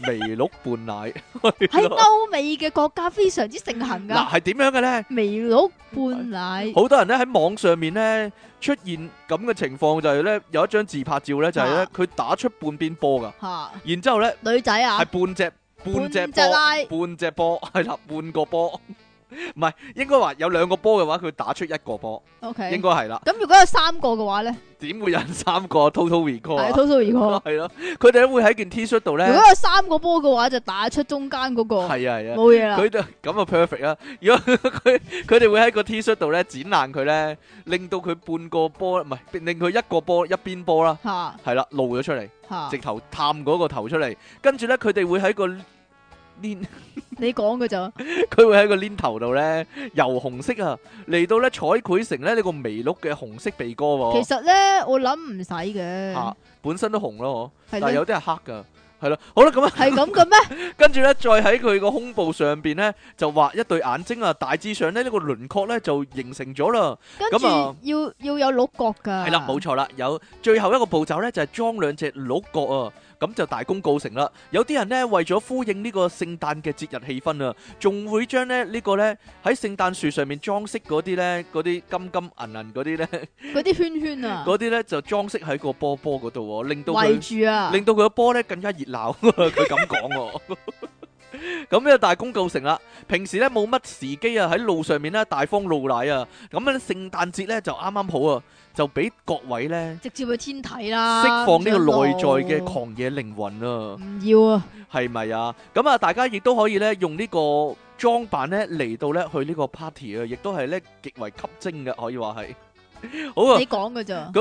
微鹿伴奶喺係咯歐美嘅國家非常之盛 嗱行噶，係點樣嘅咧？微鹿 伴奶。好多人咧喺網上面咧出現咁嘅情況，就係咧有一張自拍照咧，就係咧啊佢打出半邊波噶，吓然之後咧女仔啊係，半隻半隻半隻拉波，半隻波係啦，半個波。唔係，應該話有兩個波嘅話，佢打出一個波， O 應 K，該係啦。咁如果有三個嘅話咧，點會有三個 total recall 係啊？ total r e c a l 係咯，佢哋會喺件 T 恤度咧如，果有三個波嘅話，就打出中間嗰個，係啊係啊，冇嘢啦。佢哋咁啊 perfect 啦。如果佢 佢哋會喺個 T 恤度咧剪爛佢咧，令到佢半個波唔係，令佢一個波一邊波啦。吓係啦，露咗出嚟，吓直，頭探嗰個頭出嚟，跟住咧佢哋會喺個 黏，你講嘅就佢會喺個黏頭度咧由紅色啊，嚟到咧彩繪成咧呢個微碌嘅紅色鼻哥其喎，實咧，我諗唔使嚇嘅，本身都紅咯，嗬係啊但係有咯，啲係黑㗎，係咯，好啦，咁啊，係咁嘅咩？跟住咧再喺佢個胸部上邊咧就畫一對眼睛啊，大致上咧呢個輪廓咧就形成咗啦。跟住 咁啊要要有六角㗎，係啦，冇錯啦，有最後一個步驟咧就係裝兩隻鹿角啊，咁就大功告成啦。有啲人咧為咗呼應呢個聖誕嘅節日氣氛啊，仲會將咧呢個咧喺聖誕樹上面裝飾嗰啲咧嗰啲金金銀銀嗰啲咧嗰啲圈圈啊，嗰啲咧就裝飾喺個波波嗰度喎，令到佢圍住啊，令到佢個波咧更加熱鬧， 佢咁講喎。 咁呢就大功告成啦！平時咧冇乜時機啊，喺路上面咧大方露奶啊，咁樣聖誕節咧就啱啱好啊，就俾各位咧。直接去天體啦，釋放呢個內在嘅上路狂野靈魂啊，唔要啊，係咪啊？咁啊，大家亦都可以咧用呢個裝扮咧嚟到咧去呢個 party 啊，亦都係咧極為吸睛嘅，可以話係好啊你。講嘅咋？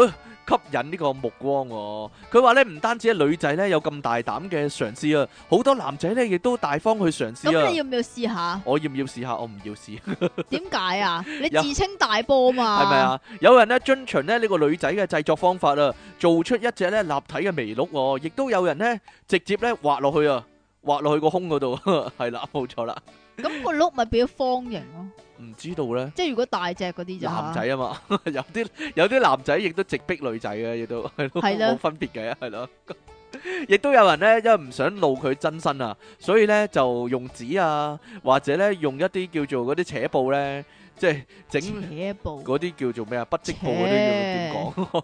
吸引呢個目光喎、佢話咧唔單止係女仔咧有咁大膽嘅嘗試啊，好多男仔咧亦都大方去嘗試咁你啊。要唔要試下？我要唔要試下？我唔要試，係點 解啊？你有自稱大波嘛？咪？啊？有人咧遵循咧呢個女仔嘅製作方法啊，做出一隻咧立體嘅微鹿喎、亦都有人咧直接咧畫落去啊，畫落去個胸嗰度， 係啦，冇錯啦，咁個碌咪變咗方形咯，唔知道咧。即係如果大隻嗰啲就男仔啊嘛， 有啲有啲男仔亦都直逼女仔嘅，亦都係 咯，係咯冇分別嘅，係咯。 亦都有人咧，因為唔想露佢真身啊，所以咧就用紙啊，或者咧用一啲叫做嗰啲扯布咧，即係整扯布，嗰啲叫做咩啊，不織布嗰啲叫點講？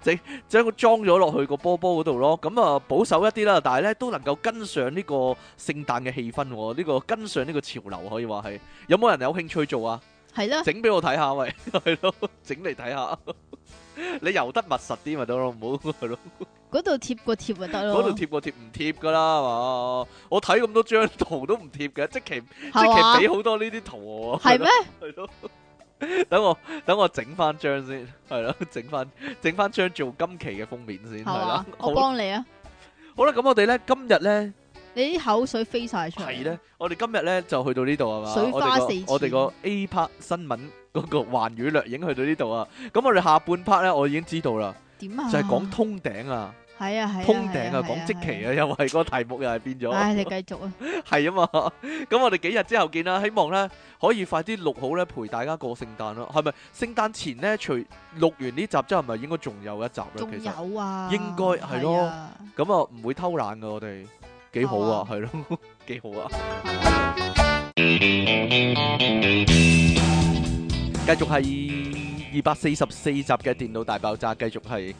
整將佢裝咗落去個波波嗰度咯，咁啊保守一啲啦，但係咧都能夠跟上呢個聖誕嘅氣氛喎，呢、個跟上呢個潮流可以話係。有冇人有興趣 做啊？係啦，整俾我睇下，喂，係咯，整嚟睇下。 你游得密實啲咪得咯，唔好係咯，嗰度貼個貼就得嗰度咯，貼個貼唔貼噶啦係嘛，我睇咁多張圖都唔貼嘅，即期即期係俾嘛？好多呢啲圖我。係咩？係咯？ 係咯，等我等我整翻張先，係咯，整翻整翻張做今期嘅封面先，係係啦嘛？。好我啦幫你啊，好啦，咁我哋咧今日咧你啲口水飛晒出嚟。係咧，我哋今日咧就去到呢度係嘛？啊水花我哋個四濺我哋個 A part 新聞嗰個環宇掠影去到呢度啊，咁我哋下半 part 咧我已經知道啦。點啊？就係講通頂啊，係啊係啊通頂啊，講講即期。啊，又係個題目又係變係唉，咗，你繼續啊，係啊嘛。 咁我哋幾日之後見啦，希望咧可以快啲錄好咧陪大家過聖誕咯。係咪聖誕前咧？除錄完呢集之後，咪應該仲有一集咧？仲其實有啊，應該係咯係啊。咁啊，唔會偷懶噶我哋幾好啊，係嘛係咯， 幾好啊。繼續係二百四十四集嘅電腦大爆炸，繼續係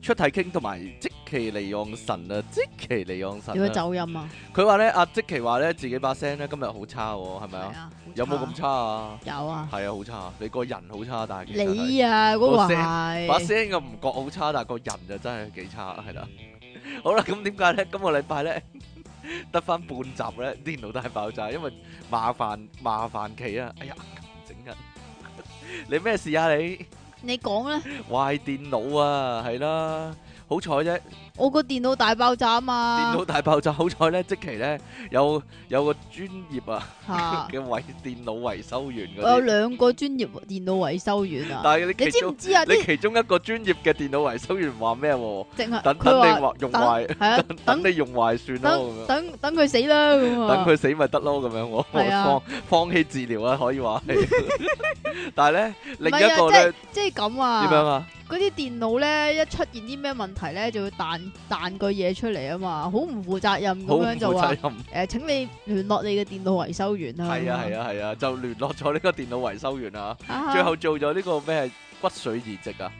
出體傾同埋即其離岸神啊，即其離岸有冇神啊。走音啊？佢話咧，阿即其話咧，自己把聲咧今日好差喎，係咪係啊？啊，好有冇差咁差啊？有啊，係啊，好差。你個人好差，但係其實係你啊嗰個個聲把係聲嘅唔覺好差，但係個人就真係幾差，係啦。 好啦，咁點解咧？今個禮拜咧得翻半集咧，電腦大爆炸，因為麻煩麻煩期啊！ 哎呀，整人！你咩事啊你？你講啦，壞電腦啊，係啦。好彩啫，我個電腦大爆炸啊電嘛腦，大爆炸。好彩咧，即期咧有有個專業啊吓，嘅維電腦維修員我有嗰啲，兩個專業電腦維修員啊，但係你你其知唔中知啊？你啲其中一個專業嘅電腦維修員話咩喎？淨等係等佢你話話用等壞。係啊， 等等你用壞算咯，咁樣等等佢死啦咁等啊，佢死咪得咯，咁樣我我係啊放放棄治療啊， 可以話 係。但係咧，另唔係一啊個咧即係咁點啊，樣啊？嗰啲電腦咧一出現啲咩問題咧，就會彈彈句嘢出嚟啊嘛，好唔負責任好唔咁樣就負話責任。誒、請你聯絡你嘅電腦維修員啊，係啊係啊係啊，就聯絡咗呢個電腦維修員啊，啊，最後做咗呢個咩骨髓移植啊，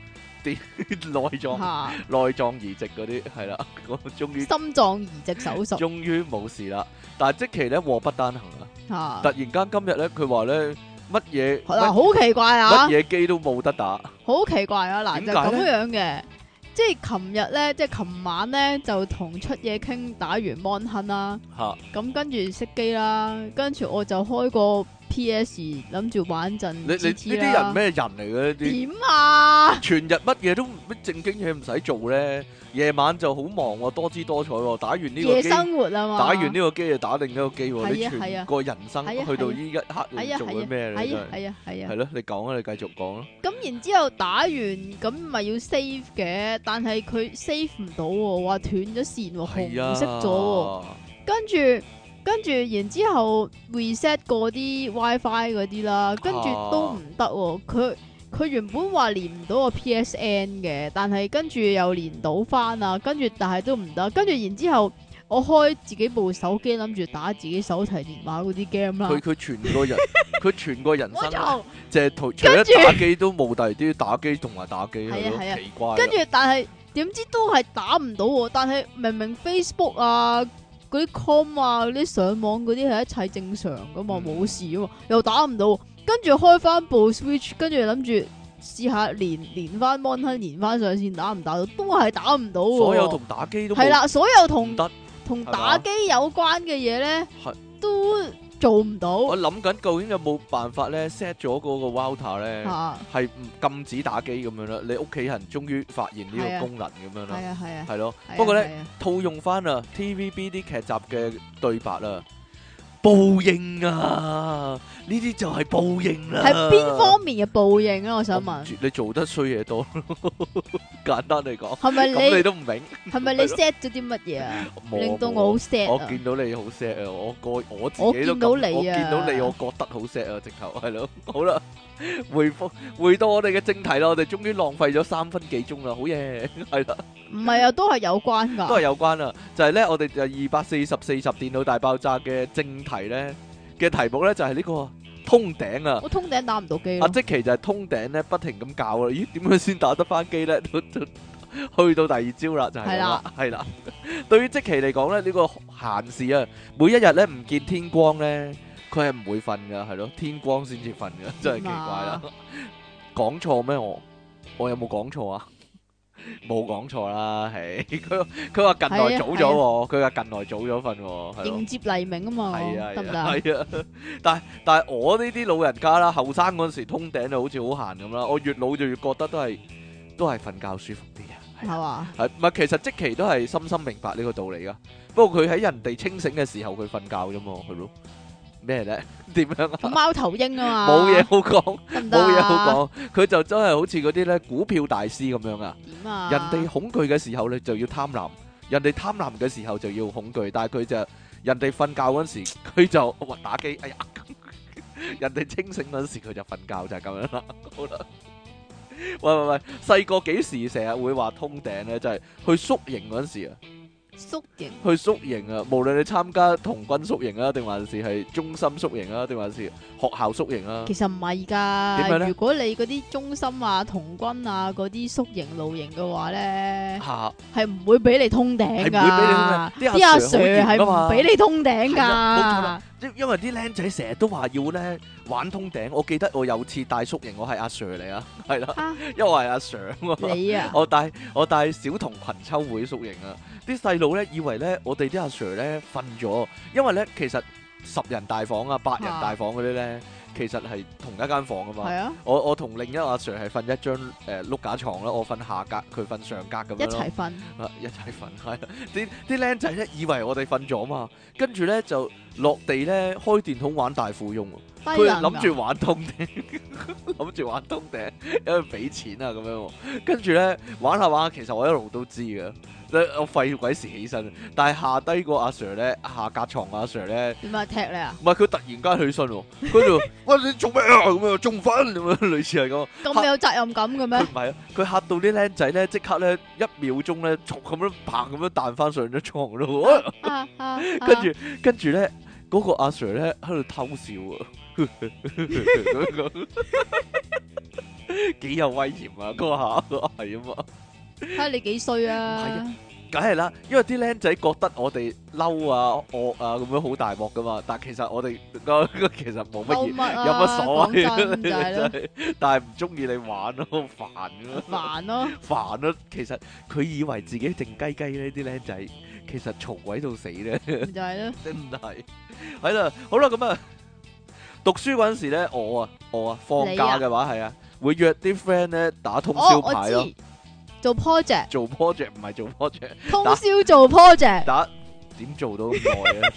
啲 內臟嚇內臟移植嗰啲係啦，我終於心臟移植手術終於冇事啦。但係即期咧禍不單行啊！嚇突，然間今日咧，佢話咧乜嘢嗱乜好奇怪啊乜，嘢機都冇得打，好奇怪啊，嗱點就解咁樣嘅。即係琴日咧，即係琴晚咧，就同出嘢傾打完 mon 亨啦，嚇咁跟住熄機啦，跟住我就開個 PS 諗住玩陣你你呢 GT 啲啦人咩人嚟嘅呢啲？點啊？全日乜嘢都唔乜正經嘢唔使做咧，夜晚就好忙喎，多姿多彩喎。打完呢個夜機，生活啊嘛，打完呢個機就打另一個機係喎。啊你係啊全個人生係啊去到係啊呢一刻，你係啊做緊咩咧？係真啊係係啊係係啊，咯，你講啊，你繼續講咯。咁然之後打完咁咪要 save 嘅，但係佢 save 唔到喎，話斷咗線喎，係紅色咗喎，啊，跟住跟住然之後 reset 嗰啲 WiFi 嗰啲啦，跟住都唔得喎，佢。佢原本話連唔到個 PSN 嘅，但係跟住又連到翻啊，跟住但係都唔得，跟住然之後我開自己部手機諗住打自己手提電話嗰啲 game 佢啦，佢全個 人，佢全個人我生就呢就係除除跟住咗打機都冇第二啲打機同埋打機係啊係咯係啊奇怪。跟住但係點知都係打唔到喎，但係明明 Facebook 啊嗰啲 com 啊嗰啲上網嗰啲係一切正常噶嘛，嗯冇、事啊嘛，又打唔到喎，跟住開翻部 Switch，跟住諗住試下連連翻 mon 亨連翻上線打唔打到，都係打唔到喎。所有同打機都冇係啦，所有同唔得。同係嘛打機有關嘅嘢咧係，都做唔到我諗緊究竟有冇辦法咧 set 咗嗰個 router 咧？嚇，係唔禁止打機咁樣啦，你屋企人終於發現呢係個啊功能咁樣係啦，啊係啊。係咯係。啊不過係咧，啊套用翻啊 TVB 啲劇集嘅對白啦，報應啊！呢啲就係報應啦。係邊方面嘅報應啊咧？我想呃我唔問，知？你做得衰嘢多， 簡單嚟講，係咪咁你你都唔明，係咪你 set 咗啲乜嘢啊？冇啊令到冇啊我好 sad 我啊！見到你好 sad 啊！我個我自我己都見咁到我你啊見到你，我覺得好 sad 啊！直頭係 咯，好啦，回復回到我哋嘅正題啦，我哋終於浪費咗三分幾鐘啦，好 嘢，係啦，唔係啊，都係有關都係㗎。有關啊，就係咧，我哋就二百四十四集電腦大爆炸嘅正題咧嘅題目咧就係呢個通頂啊！我通頂打唔到機阿咯，即奇就係通頂咧，不停咁教啦。咦，點樣先打得翻機咧？ 都都去到第二招啦，就係咁啦，係啦。對於即奇嚟講咧，呢個閒事啊，每一日咧唔見天光咧，佢係唔會瞓噶，係咯，天光先至瞓噶，真係奇怪啦。講錯咩？我我有冇講錯啊？ 冇講錯啦，係佢佢話近來早咗喎，佢話近來早咗瞓喎，係咯。迎接黎明啊嘛，係啊，得係唔得啊啊？係啊， 但係但係我呢啲老人家啦，後生嗰陣時通頂就好似好閒咁啦，我越老就越覺得都係都係瞓覺舒服啲啊。係係啊嘛？係唔係？其實即期都係深深明白呢個道理噶，不過佢喺人哋清醒嘅時候佢瞓覺啫嘛，係咯咩咧？ 點樣咁啊？貓頭鷹啊嘛，冇嘢，好講，得唔得啊？冇嘢好講，佢就真係好似嗰啲咧股票大師咁樣啊！點啊？人哋恐懼嘅時候咧就要貪婪，人哋貪婪嘅時候就要恐懼，但係佢就人哋瞓覺嗰時 佢就哇打機，哎呀， 人哋清醒嗰時佢就瞓覺就係咁樣啦， 好啦。喂喂喂，細個幾時成日會話通頂咧？就係、去宿營嗰陣時啊，缩型去宿營啊，無論你參加童軍宿營啊，定還是係中心宿營啊，定還是學校宿營啊其，實唔係點樣㗎。呢如果你嗰啲中心啊、童軍啊嗰啲宿營露營嘅話咧，嚇係唔會俾你通頂係唔會俾你通頂㗎。啲阿啲阿 Sir Sir 好嚴係㗎嘛唔俾你通頂係啊冇錯㗎啦。因因為啲僆仔成日都話要咧玩通頂，我記得我有次帶宿營，我係阿 Sir 嚟啊， 係啦，啊因為我係阿 Sir 啊嘛。你啊， 我帶我帶小童群秋會宿營啊！啲細路咧以為咧我哋啲阿 Sir 咧瞓咗，因為咧其實十人大房啊、八人大房嗰啲咧，其實係同一間房噶嘛。係啊，我我同另一個阿 Sir 係瞓一張誒、呃碌架床啦，我瞓下格，佢瞓上格咁一樣咯齊瞓。啊一齊瞓 係啦。啲啲僆仔咧以為我哋瞓咗嘛，跟住咧就落地咧開電筒玩大富翁喎。低佢能啊諗㗎住玩通頂， 諗住玩通頂，因為俾錢啊咁樣喎。跟住咧玩下玩下，其實我一路都知嘅，我費鬼事起身。但係下低個阿 Sir 咧，下隔床阿 Sir 咧，點啊踢你啊，唔係佢突然間起身喎，佢就喂你做咩啊咁樣中分咁樣，類似係咁。嚇咁有責任感嘅佢 咩？唔係啊，佢嚇到啲僆仔咧，即刻咧一秒鐘咧，咁樣砰咁樣彈翻上咗床 咯。喂啊啊，跟住跟住咧，嗰、個阿 Sir 咧喺度偷笑 啊，幾有威嚴啊！嗰下係啊嘛，睇下你幾衰唔係啊！梗係啦，因為啲僆仔覺得我哋嬲啊、惡啊咁樣好大鑊噶嘛，但係其實我哋個其實冇乜嬲嘢，乜啊？有乜所講真就係咯，謂？但係唔中意你玩咯，好煩啊！煩咯，煩咯，其實佢以為自己靜雞雞呢啲僆仔其實嘈鬼到死咧。就係咯， 真係係啦，好啦，咁啊，讀書嗰陣時咧，我啊，我啊，放你假啊嘅話係啊，會約啲 friend 咧打 通宵哦，我牌咯，知做 project，做 project 唔係做 project，通宵做 project，打點做到咁耐啊？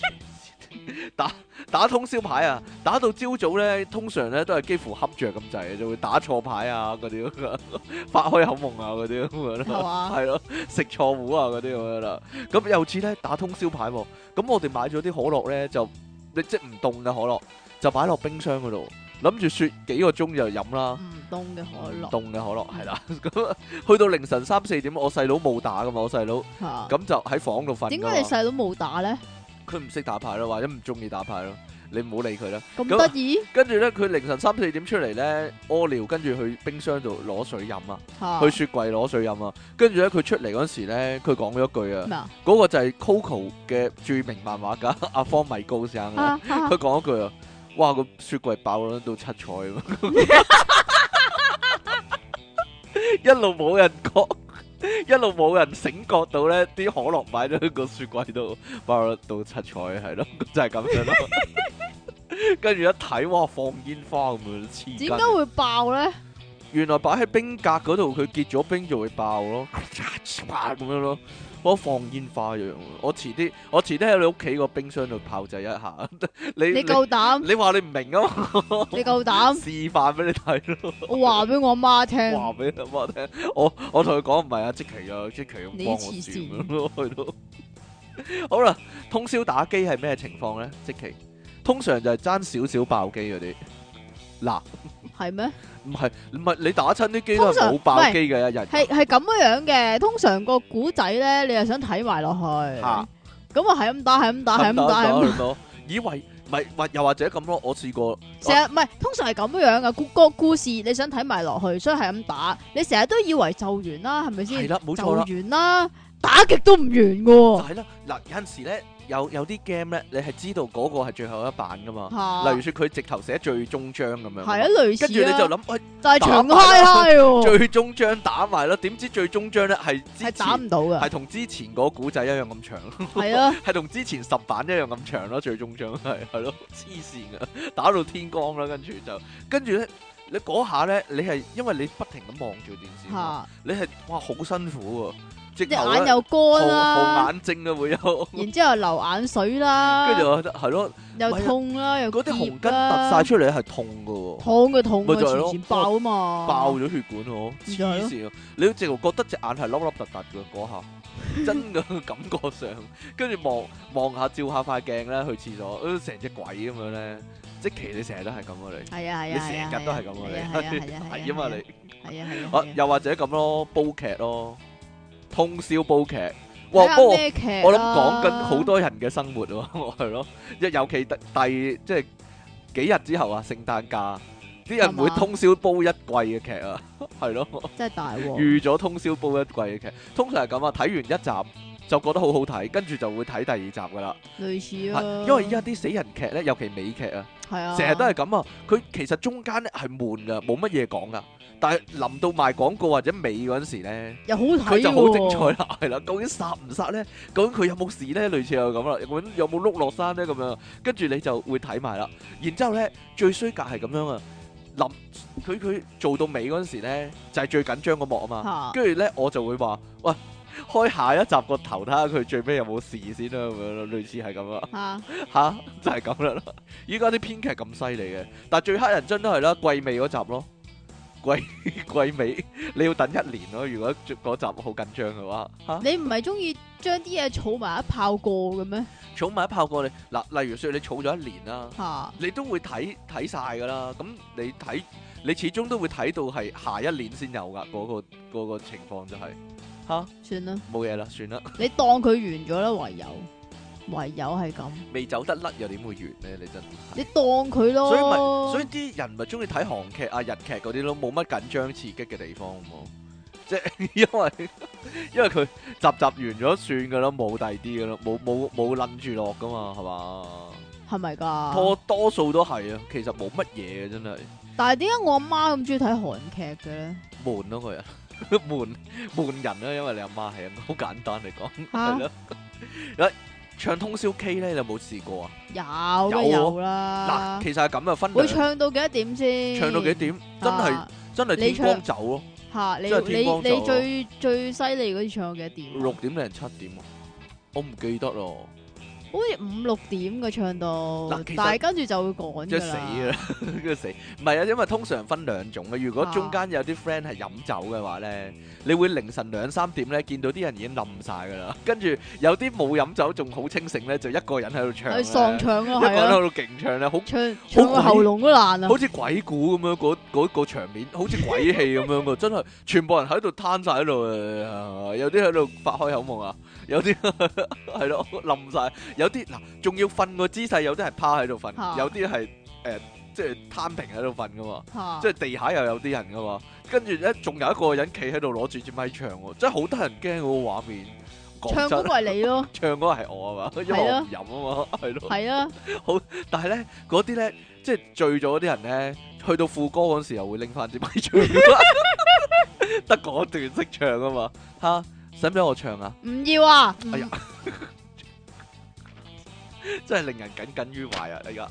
打打通宵牌啊，打到朝早咧，通常咧都係幾乎恰着咁滯嘅，就會打錯牌啊，嗰啲咁啊 發開口夢啊，嗰啲咁樣咯係。嘛？係咯，食錯糊啊嗰啲咁樣啦。咁有次咧打通宵牌喎，咁我哋買咗啲可樂咧就你即係唔凍嘅可樂，就擺落冰箱嗰度，諗住雪幾個鐘就飲啦。唔凍嘅可唔樂凍嘅可樂係啦， 咁去到凌晨三四點，我細佬冇打噶嘛，我細佬嚇，咁就喺房度瞓㗎點嘛。解你細佬冇打咧？佢唔識打牌咯，或者唔中意打牌咯，你唔好理佢啦。咁咁得意跟住咧，佢凌晨三四點出嚟咧屙尿，跟住去冰箱度攞水飲啊，嚇？去雪櫃攞水飲啊。跟住咧，佢出嚟嗰時咧，佢講咗一句啊。咩啊？嗰個就係 Coco 嘅著名漫畫家 阿方米高生啊，啊啊佢講一句啊，哇個雪櫃爆撚到七彩咁， 一路冇人覺， 一路冇人醒覺到咧啲可樂擺咗喺個雪櫃度爆撚到七彩，係咯，就係咁樣咯。跟住一睇，哇放煙花咁樣黐點筋解，會爆咧？原來擺喺冰格嗰度，佢結咗冰就會爆咯， 咁樣咯，我放煙花一樣喎。我遲啲，我遲啲喺你屋企個冰箱度炮製一下。 你你 夠膽？你你話你唔明啊嘛？ 你夠膽？示範俾你睇 咯，我話俾我媽聽，話俾阿媽聽。我我同佢講唔係啊，即期啊，即期咁你幫我黐轉線咁咯，去到。 好啦，通宵打機係咩情況咧？即期通常就係爭少少爆機嗰啲。嗱，係咩？唔係唔係，你打親啲機都係通常冇爆唔係機嘅一日。係係咁樣樣嘅，通常個古仔咧，你又想睇埋落去，咁啊啊係咁打，係咁打，係咁啊打，係咁打咁多，以為咪或又或者咁咯，我試過成日唔係，通常係咁樣噶，故個故事你想睇埋落去，所以係咁打。你成日都以為就完啦，係咪係先？啦，冇就錯啦，完啦，打極都唔完嘅就喎。係啦。嗱，有陣時咧，有有啲 game 咧，你係知道嗰個係最後一版噶嘛。嚇例如說，佢直頭寫最終章咁樣。啊係啊，。類似跟住你就啊，諗，喂，就係長到嗨嗨喎，最終章打埋啦，點知最終章咧係之前係打唔到係嘅，同之前嗰個古仔一樣咁長，係啊， 係同之前十版一樣咁長咯。最終章係係咯，黐線啊，打到天光啦，跟住就跟住咧，你嗰下咧，你係因為你不停咁望住電視嘛。嚇你係哇好辛苦喎，直隻頭眼咧又乾紅啦，眼睛啊會有，然之後流眼水啦，跟住我覺得係咯，又喂痛啦，又嗰啲紅筋澀啦突晒出嚟係痛噶喎，痛嘅痛咪就係嘅，咯前前爆啊嘛，爆咗血管喎，咪就係黐咯線啊！你直頭覺得隻眼係凹凹凸凸嘅嗰 下。真嘅感覺上，跟住望望下照下塊鏡咧，去廁所，呃成隻鬼咁樣咧，即其你成日都係咁啊你，係啊係你啊係啊，成日都 係咁係啊啊係啊你，係啊係啊嘛你。係啊係啊啊係啊，又或者咁咯，煲劇咯，通宵煲劇，哇，不睇過下咩劇啊我諗講緊啦好多人嘅生活喎， 係咯，即係尤其第第即係幾日之後啊，聖誕假，啲人會係嘛哦通宵煲一季嘅劇啊， 係咯，真係大鑊。預咗通宵煲一季嘅劇，通常係咁啊，睇完一集就覺得好好睇，跟住就會睇第二集噶啦，類似係咯，因為依家啲死人劇咧，尤其美劇啊，係啊，成日都係咁啊，佢其實中間咧係悶噶，冇乜嘢講噶，但係臨到賣廣告或者尾嗰陣時咧。又好睇佢就好精喎。彩啦，係啦，究竟殺唔殺咧？究竟佢有冇事咧？類似係咁啦，究竟有冇碌落山咧？咁樣，跟住你就會睇埋啦。然之後咧，最衰格係咁樣啊，臨佢佢做到尾嗰陣時咧，就係、最緊張個幕啊嘛。嚇跟住咧，我就會話：喂，開下一集個頭睇下佢最尾有冇事先啦，咁樣咯，類似係咁啦。啊嚇吓、就係咁啦。依家啲編劇咁犀利嘅，但係最黑人憎都係啦，季尾嗰集咯， 季季尾你要等一年咯。如果嗰集好緊張嘅話，吓、你唔係中意將啲嘢儲埋一炮過嘅咩？儲埋一炮過你嗱，例如說你儲咗一年啦，嚇你都會睇睇晒噶啦。咁你睇你始終都會睇到係下一年先有噶嗰、個嗰個情況就係算啦，冇嘢啦，算啦，你當佢完咗啦，唯有唯有係咁，未走得甩又點會完呢？你真係。你當佢咯。所以咪，所以啲人咪中意睇韓劇啊、日劇嗰啲咯，冇乜緊張刺激嘅地方冇， 即係因為 因為佢集集完咗算噶啦，冇第二啲噶啦，冇冇冇撚住落噶嘛，係嘛？係咪㗎？多多數都係啊，其實冇乜嘢嘅真係但係點解我阿媽咁中意睇韓劇嘅咧？悶咯佢啊， 悶悶人啦，因為你阿媽係啊，好簡單嚟講啊嗯係咯。 誒唱通宵 K 咧，你有冇試過啊？有嘅有有啦嗱，，其實係咁啊，分會兩唱到幾多點先？唱到幾點？真係嚇真係你天光唱走咯。嚇你真係天你光就你最最犀利嗰次唱到幾多點啊？六點定七點啊？我唔記得咯，好似五六點嘅唱到嗱其實，但係跟住就會趕即㗎係死啊啦。啦， 即係死。唔係啊，因為通常分兩種嘅。如果啊中間有啲 friend 係飲酒嘅話咧，你會凌晨兩三點咧見到啲人已經冧晒噶啦， 跟住有啲冇飲酒仲好清醒咧，就一個人喺度唱去咧，喪唱 咯，一個係人啊，喺度勁唱咧，好唱唱個喉嚨都爛啊！好似鬼故咁樣嗰嗰個場面，好似鬼戲咁 樣噶，真係全部人喺度攤晒喺度，呃有啲喺度發開口夢啊，有啲 係咯冧晒，有啲嗱仲要瞓個姿勢，有啲係趴喺度瞓，嚇有啲係誒即係攤平喺度瞓噶嘛，嚇即係地下又有啲人噶嘛，跟住咧仲有一個人企喺度攞住支咪唱喎，真係好得人驚嗰個畫面。講唱真啊嗰個係你 咯，唱嗰個係我啊嘛，因為係我啊唔飲啊嘛，係咯。係啊， 但係咧，嗰啲咧，即係醉咗嗰啲人咧，去到副歌嗰陣時又會拎翻支咪唱，得嗰段識唱啊嘛，吓，使唔使我唱啊？唔要啊！哎嗯呀真係令人耿耿於懷啊！而家，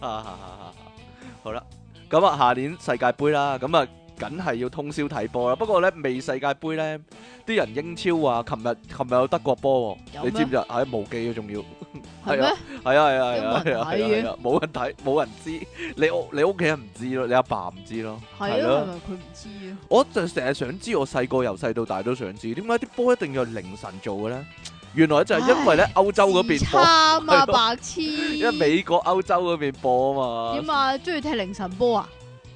啊哈哈哈好啦，咁啊，下年世界盃啦，咁 啊，梗係要通宵睇波啦。不過咧，未世界盃咧，啲人英超啊，琴日琴日有德國波喎，有你咩知唔知啊？唉，無記啊，仲要。係係啊咩？係啊係啊係啊有冇係啊人睇係啊，冇人睇冇人知，你屋你屋企人唔知咯，你阿爸唔知咯，係啊，係咪佢唔知啊？我就成日想知，我細個由細到大都想知，點解啲波一定要凌晨做嘅咧？原來就係因為咧歐洲嗰邊播，差 係啊，咯白痴！因因為美國歐洲嗰邊播啊點嘛，啊？中意踢凌晨波啊？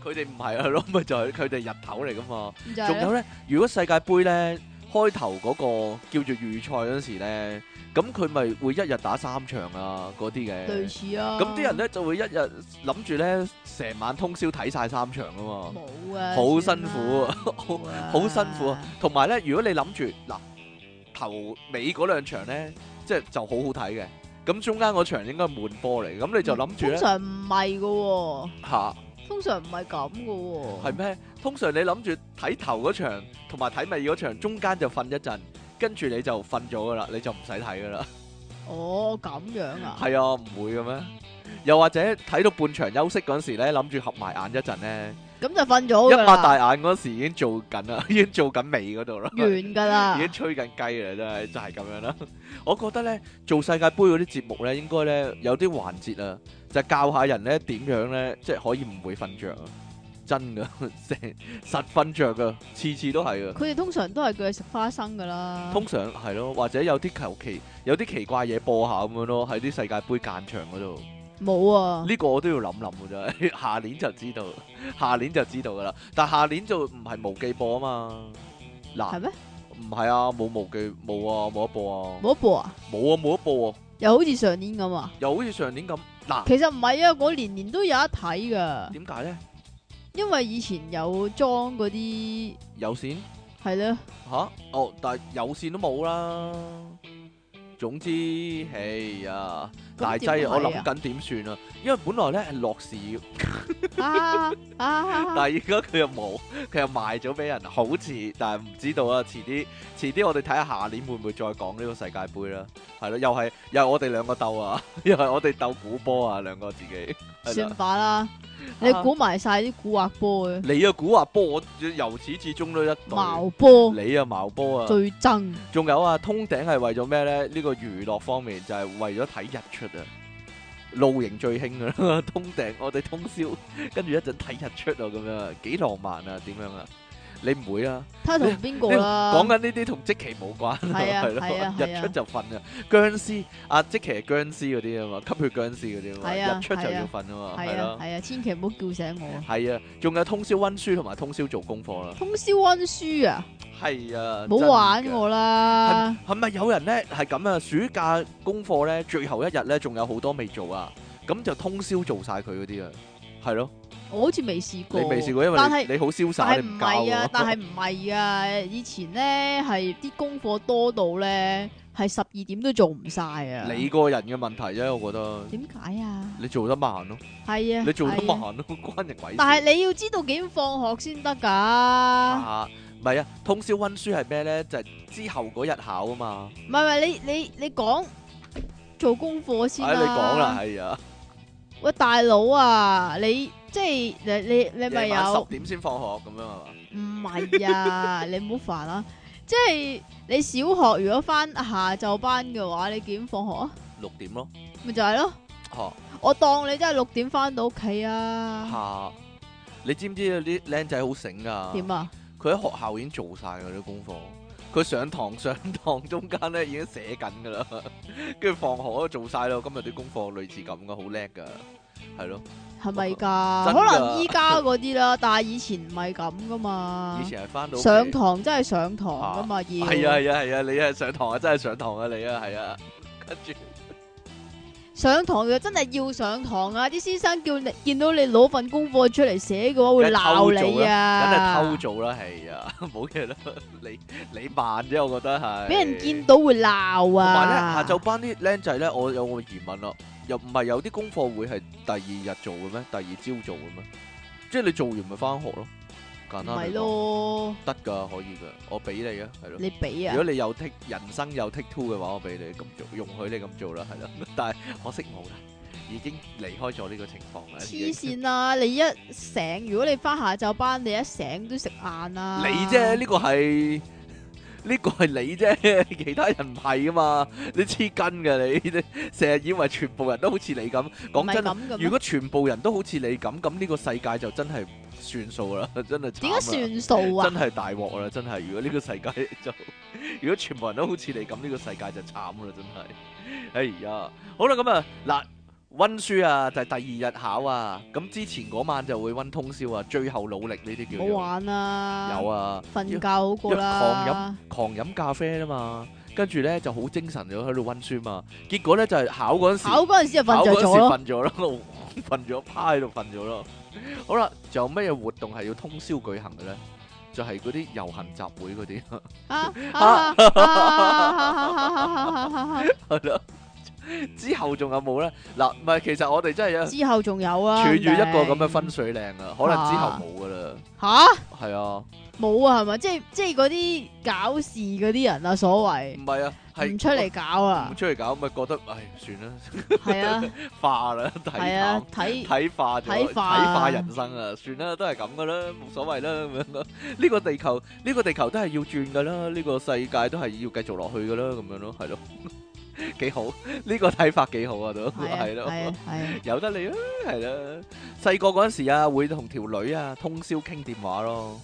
佢哋唔係啊咯，咪就係佢哋日頭嚟噶嘛。咁就係仲有咯咧，如果世界盃咧開頭嗰個叫做預賽嗰時咧，咁佢咪會一日打三場啊嗰啲嘅。類似啊。咁啲人咧就會一日諗住咧成晚通宵睇晒三場啊嘛，冇啊，好辛苦啊，好算啦好辛苦啊！同埋咧，如果你諗住嗱頭尾嗰兩場咧，即係就好好睇嘅，咁中間嗰場應該係悶波嚟，咁你就諗住通咧常唔係噶喎，嚇通常唔係咁噶喎。係咩？通常你諗住睇頭嗰場同埋睇尾嗰場，中間就瞓一陣，跟住你就瞓咗噶啦，你就唔使睇噶啦。哦，咁樣啊？係啊，唔會嘅咩？又或者睇到半場休息嗰陣時咧，諗住合埋眼一陣咧。咁就瞓咗一㗎啦擘大眼嗰時已經做緊啦， 已經做緊尾嗰度啦，已完噶啦，經吹緊雞啦，真係就係咁樣啦。 我覺得咧做世界盃嗰啲節目咧，應該咧有啲環節啊，就係教下人咧點樣咧，即係可以唔會瞓着啊！真噶， 成實瞓着噶，次次都係噶。佢哋通常都係叫佢食花生噶啦。通常係咯，或者有啲求其有啲奇怪嘢播下咁樣咯，喺啲世界盃間場嗰度。冇啊，呢個我都要諗諗嘅啫， 下年就知道，下年就知道噶啦。但下年就唔係無記播啊嘛，嗱係咩？唔係啊，冇無記，冇啊，冇得播啊，冇得播啊？冇啊，冇得播啊，又好似上年咁啊？又好似上年咁。嗱，其實唔係啊，我年年都有得睇噶，點解咧？因為以前有裝嗰啲 有線係咧，吓？哦，但係有線都冇啦。總之，唉呀，咁大點睇劑啊！啊我諗緊點算啊，因為本來咧係樂視。啊 啊但係而家佢又冇，佢又賣咗俾人，好似，但係唔知道啊！遲啲，遲啲我哋睇下下年會唔會再講呢個世界盃啦。係咯，又係又係我哋兩個鬥啊， 又係我哋鬥估波啊，兩個自己。係算啦法啦，你估埋晒啲古惑波嘅你啊估下波，由始至終都一隊。矛波你啊矛波啊，最憎仲有啊通頂係為咗咩咧？呢個娛樂方面就係為咗睇日出啊！露營最興噶啦， 通頂我哋通宵，跟住一陣睇日出啊，咁樣啊幾浪漫啊，點樣啊？你唔會啊？睇下同邊個啦，講緊呢啲同即期冇關啊，係啊係咯係啊係日啊出就瞓啊，僵屍啊，即期係僵屍嗰啲啊嘛，吸血僵屍嗰啲啊係啊嘛，日出就係要啊瞓啊嘛，係係啊咯，係啊，千祈唔好叫醒我啊。係啊，仲有通宵温書同埋通宵做功課啦，通宵温書啊，係啊，唔好玩我真啦㗎，，係係咪有人咧係咁啊？暑假功課咧最後一日咧仲有好多未做啊，咁就通宵做晒佢嗰啲啊，係咯，我好似未試過，你未試過，因但為係你你好瀟灑，但你系唔唔教係啊喎，但係唔係啊，以前咧係啲功課多到咧係十二點都做唔晒啊，你個人嘅問題啫，我覺得點解啊？你做得慢咯，係啊，你做得係啊慢咯，關人鬼事。但係你要知道幾點放學先得㗎，啊，唔係啊，通宵温書係咩咧？就係、之後嗰日考啊嘛。唔係唔係你你你講做功課先唉、啦。哎你講啦，，係啊，喂大佬啊，你即係你你你咪夜晚有十點先放學咁樣係嘛？唔係啊？你唔好煩啊！即係你小學如果翻下晝班嘅話，你幾點放學啊？六點咯，咪就係咯，啊嚇我當你真係六點翻到屋企啊？嚇！你知唔知啲僆仔好醒點㗎？啊？佢喺學校已經做晒㗎啲功課。佢上堂上堂中間咧已經寫緊㗎啦， 跟住放學都做晒咯。今日啲功課類似咁㗎，好叻㗎，係咯。係咪㗎？真㗎可能依家嗰啲啦，但係以前唔係咁噶嘛以。前係翻到屋企上堂真係上堂噶嘛，係要啊係啊係啊，你係上堂啊，真係上堂啊，你啊係啊，跟住。上堂又真係要上堂啊！啲先生叫你見到你攞份功課出嚟寫嘅話，會鬧你梗啊！係偷做啦，係啊， 冇嘢啦，你你慢啫，我覺得係。俾人見到會鬧同埋咧，啊！下晝班啲僆仔咧，我有個疑問啦，又唔係有啲功課會係第二日做嘅咩？第二朝做嘅咩？即係你做完咪翻學咯，簡單唔嚟係啊講，咯，得㗎，可以㗎，我俾你啊，係咯。你俾啊如果！你有 take 人生有 take two 嘅話，我俾你咁做，容許你咁做啦，係啦。 但係可惜冇啦，已經離開咗呢個情況啦。已經黐線啦！你一醒，如果你翻下晝班，你一醒都食晏啦。你啊啫，呢個係 呢個係你啫， 其他人唔係噶嘛。你黐筋嘅你，你成日以為全部人都好似你咁。唔講係真，啊咁嘅咩如果全部人都好似你咁，咁呢個世界就真係算數啦， 真係點點解算數啊真？係大鑊啦，真係！如果呢個世界就， 如果全部人都好似你咁，呢、個世界就慘啦，真係。哎呀，好啦，咁啊，嗱，温書啊，就係第二日考啊，咁之前嗰晚就會温通宵啊，最後努力呢啲叫唔好做玩啊！有，啊。瞓覺好過一啦。狂飲咖啡啊嘛，跟住咧就好精神咗喺度温書嘛，結果咧就係、考嗰陣時，考嗰陣時就瞓考着嗰陣咗時咯。瞓咗咯，瞓咗趴喺度瞓咗咯。 好啦，仲有乜嘢活動係要通宵舉行嘅咧？就係嗰啲遊行集會嗰啲，啊啊啊啊係咯。 之後仲有冇咧？嗱，唔係，其實我哋真係有之後仲有啊，處於一個咁嘅定分水嶺啊，可能之後冇噶啦，吓係啊，冇啊，係咪？即係即係嗰啲搞事嗰啲人啊，所唔謂係啊，係唔出嚟搞唔啊，出嚟搞，咪覺得唉算啦， 係啊化啦，睇係淡啊，睇睇化咗，睇睇化化人生啊！算啦，都係咁噶啦，冇所謂啦咁樣咯。呢個地球，呢個地球都係要轉噶啦，呢個世界都係要繼續落去噶啦，咁樣咯， 係咯，幾好？呢個睇法幾好啊，都係啊係係咯啊，係啊，由得你啦，係啦。細個嗰陣時啊，會同條女啊通宵傾電話咯，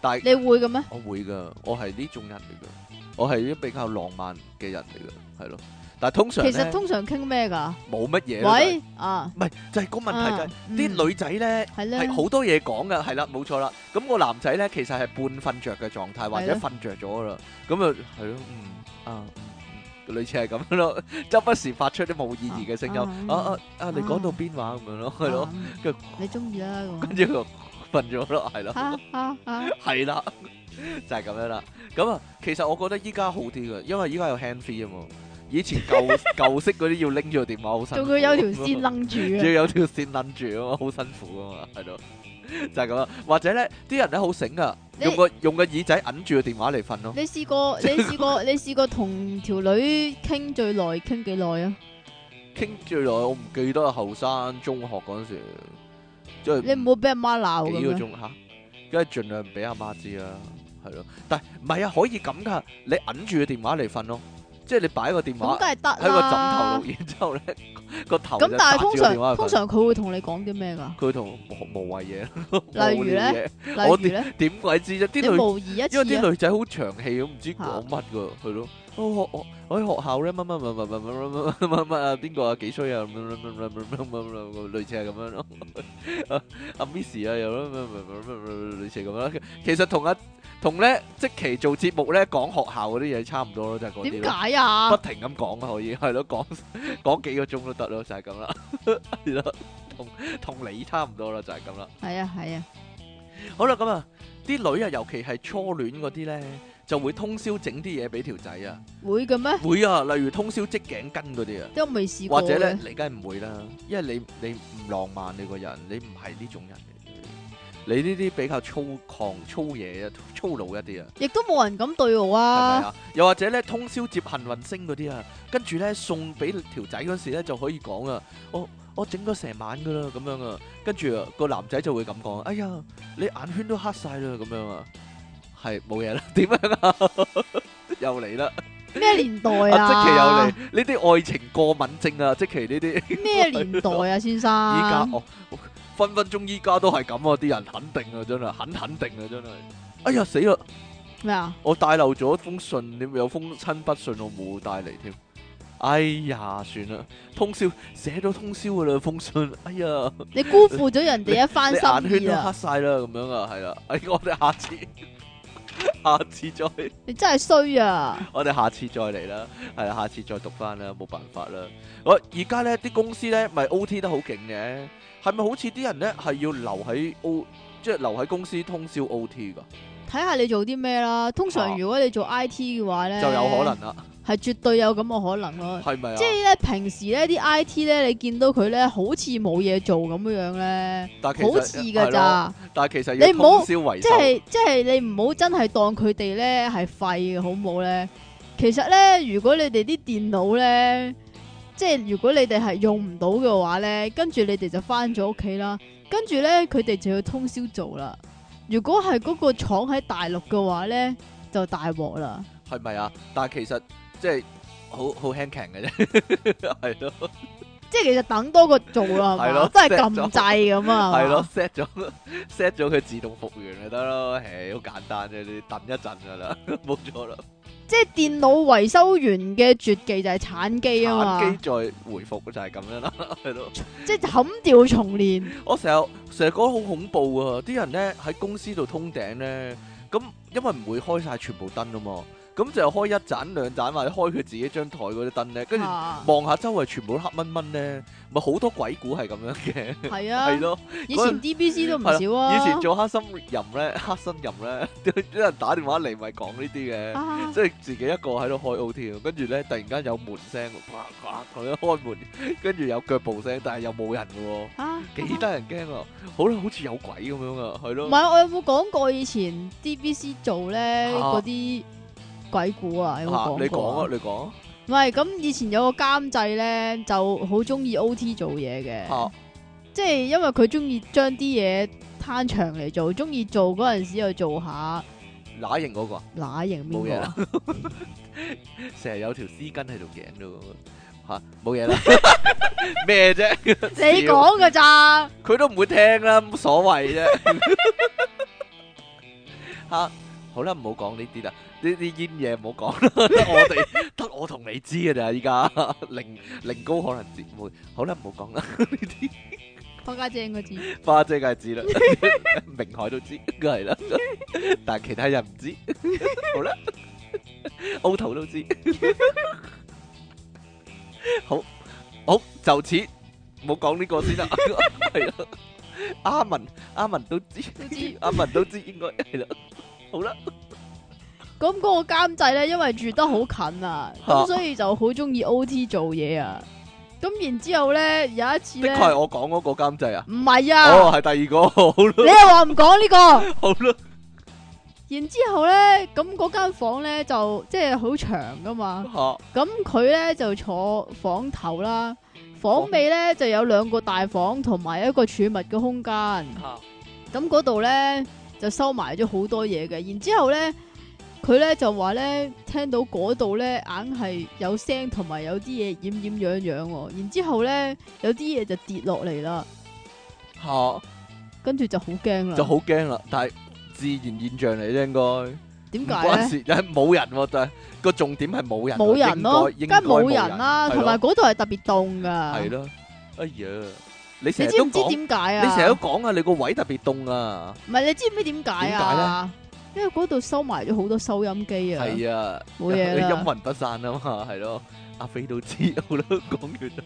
但係你會嘅咩？我會噶，我係呢種人嚟噶，我係啲比較浪漫嘅人嚟噶，係咯。但係通常其咧實通常傾咩㗎？冇乜嘢啦，喂啊，但嗯係唔係就係個問題就係啲女仔咧。系咧，係好多嘢講噶，係啦，冇錯啦。咁、個男仔咧，其實係半瞓着嘅狀態，或者係咯瞓着咗啦。咁啊，係咯，嗯啊，嗯嗯類似係咁樣咯， 周不時發出啲冇意義嘅聲音。啊嗯啊啊啊！你講到邊話咁樣咯，係咯啊，，跟住你中意啦咁跟住就瞓咗咯，係咯，啊。啊啊 啊！係啦，就係咁樣啦。咁啊，其實我覺得依家好啲嘅，因為依家有 hand free 啊嘛。以前舊 舊式嗰啲要拎住個電話好辛苦。仲佢有條線楞住啊要 嘅，有條線擸住啊嘛，好辛苦啊嘛，係咯，就係咁啦。或者咧，啲人咧好醒啊，Mm。你用個用個耳仔揞住個電話嚟瞓咯。你試過你試 過你試過同條女傾最耐傾幾耐啊？傾最耐我唔記得啊後生中學嗰陣時，即係你唔好俾阿媽嗯鬧幾個咁樣。鐘嚇，梗係盡量唔俾阿媽知啦，係咯。但係唔係啊，可以咁噶，你揞住個電話嚟瞓咯，即係你擺個電咁話梗係喺得個枕頭啦度，。然之後咧 個頭咁就但係搭通住個電話常嚟通瞓。常佢會同你講啲咩㗎？佢會同無無謂嘢，例如無聊呢例我如哋咧，嘢，點鬼知啫？你啲女。模擬一因為次啊啲女仔好長氣咁，唔知講乜噶，係咯。我學我我喺學校咧，乜乜乜乜乜乜乜乜乜乜啊，邊個啊幾衰啊，咁樣咁樣咁樣咁樣咁樣咁樣類似係咁樣咯。啊阿 Miss 啊，又咁樣類似係咁樣啦。其實同阿同咧即期做節目咧講學校嗰啲嘢差唔多咯，就係嗰啲點咯。解啊不？停咁講啊，可以係咯，講講幾個鐘都得咯，就係咁啦，係咯，同同你差唔多啦，就係咁啦。係啊係啊，好啦，咁啊，啲女啊，尤其係初戀嗰啲咧，就會通宵整啲嘢俾條仔啊，會嘅咩？會啊，例如通宵織頸巾嗰啲啊，都未試過或者咧，嘅。你梗係唔會啦，因為你你唔浪漫你個人，你唔係呢種人嚟嘅，你呢啲比較粗狂粗野啊，粗魯一啲啊，亦都冇人咁對我係咪啊！啊？又或者咧，通宵接幸運星嗰啲啊，跟住咧送俾條仔嗰時咧就可以講啊，我我整咗成晚噶啦，咁樣啊，跟住啊個男仔就會咁講，哎呀，你眼圈都黑晒啦，咁樣啊，係冇嘢啦， 點樣啊？ 又嚟啦，咩年代阿啊即？奇又嚟，呢啲愛情過敏症啊，即奇呢啲咩年代啊，先生？依家哦，分分鐘依家都係咁啊，啲人肯定啊，真係肯肯定啊，真係，哎呀死啦！咩啊？我帶漏咗封信，你有封親筆信我冇帶嚟添。哎呀，算啦，通宵寫咗通宵噶啦封信。哎呀，你辜負咗人哋一番你眼心圈意都啊黑！晒啦，咁樣啊，係啦。 哎，我哋下次，下次再，你真係衰啊！我哋下次再嚟啦。係啦，下次再讀翻啦，冇辦法啦。我而家咧啲公司咧咪 O T 得好勁嘅，係咪好似啲人咧係要留喺 O，即係留喺公司通宵 O T 噶，睇下你做啲咩啦。通啊常如果你做 I T 嘅話咧，就有可能啦，係絕對有咁嘅可能咯。係咪啊即？係咧，平時咧啲 I T 咧，你見到佢咧好似冇嘢做咁樣樣咧，但其實好似係㗎咯咋？但係其實要你唔好通宵維即修，係即係你唔好真係當佢哋咧係廢嘅，好唔好咧？其實咧，如果你哋啲電腦咧，即係如果你哋係用唔到嘅話咧，跟住你哋就翻咗屋企啦，跟住咧佢哋就要通宵做啦。如果係嗰個廠喺大陸嘅話咧，就大鑊啦。係咪啊？但係其實即係好好輕強嘅啫， 係咯，即係其實等多個做係啦，係嘛咯都係撳 掣咁啊，係係咯嘛，set 咗 set 咗佢自動復原咪得咯，唉，好簡單啫，你等一陣噶啦， 冇咗啦，即係電腦維修員嘅絕技就係鏟機啊眼嘛，機再回復就係咁樣啦， 係咯。即係冚掉重練。我成日成日覺得好恐怖啊！啲人咧喺公司度通頂咧，咁因為唔會開晒全部燈啊嘛，咁就開一盞兩盞或者開佢自己張台嗰啲燈咧，跟住啊望下周圍全部都黑蚊蚊咧，咪好多鬼故係咁樣嘅，係啊係，咯。以前 DBC 都唔少啊。以前做黑心人咧，黑心人 咧，啲人打電話嚟咪講呢啲嘅，啊即係自己一個喺度開 O T 跟住咧突然間有門聲，呱呱咁樣開門，跟住有腳步聲，但係又冇人嘅啊喎，幾得人驚啊！好啦，好似有鬼咁樣啊，係唔咯，係我有冇講過以前 DBC 做咧啊嗰啲鬼故啊？有嚇冇你講過講啊啊？，你講唔係咁，以前有個監製咧就好中意 OT 做嘢嘅。嚇即係因為佢中意將啲嘢攤長嚟做，中意做嗰陣時又做下乸型嗰個啊，乸型邊冇嘢個啦 啊？成日有條絲巾喺度頸度嚇，冇 嘢啦，咩啫？你講噶咋？佢都唔會聽啦，冇所謂啫。 吓，好啦，唔好講呢啲啦，呢啲煙嘢唔好講啦，得我哋得我同你知嘅咋，依家 零零高可能知，會好啦，唔好講啦，拖家姐應該知。花姐梗係知啦， 明海都知，梗 係啦，但係其他人唔知， 好啦，澳頭都知， 好，好就此唔好講呢個先啦， 係啦，阿文阿文都知，都知 阿文都知應該係啦，好啦，咁嗰個監製咧，因為住得好近啊，啊咁所以就好中意 O T 做嘢啊。咁然之後咧，有一次的咧，確係我講嗰個監製啊，唔係啊，哦係第二個， 好你啦又話唔講呢個。好啦。然之後咧，咁嗰間房咧就即係好長噶嘛，吓咁佢咧就坐房頭啦，房尾咧就有兩個大房同埋一個儲物嘅空間，吓咁嗰度咧就收埋咗好多嘢嘅。然之後咧，佢咧就話咧聽到嗰度咧硬係有聲同埋有啲嘢掩掩樣樣喎，然之後咧有啲嘢就跌落嚟啦，吓跟住就好驚啦，就好驚啦，但係自然現象嚟啫，應該點唔解咧關？事，但係冇人喎，但係個重點係冇人喎，冇人咯，應梗該係應該冇人啦，係咯同埋嗰度係特別凍噶。係咯，哎呀，你成你日知都唔知講，點解啊？你成日都講啊，你個位特別凍啊，唔係你知唔知點解啊？因為嗰度收埋咗好多收音機啊。係啊，冇嘢你啦陰魂不散啊嘛，係咯，阿飛都知好啦，講完啦，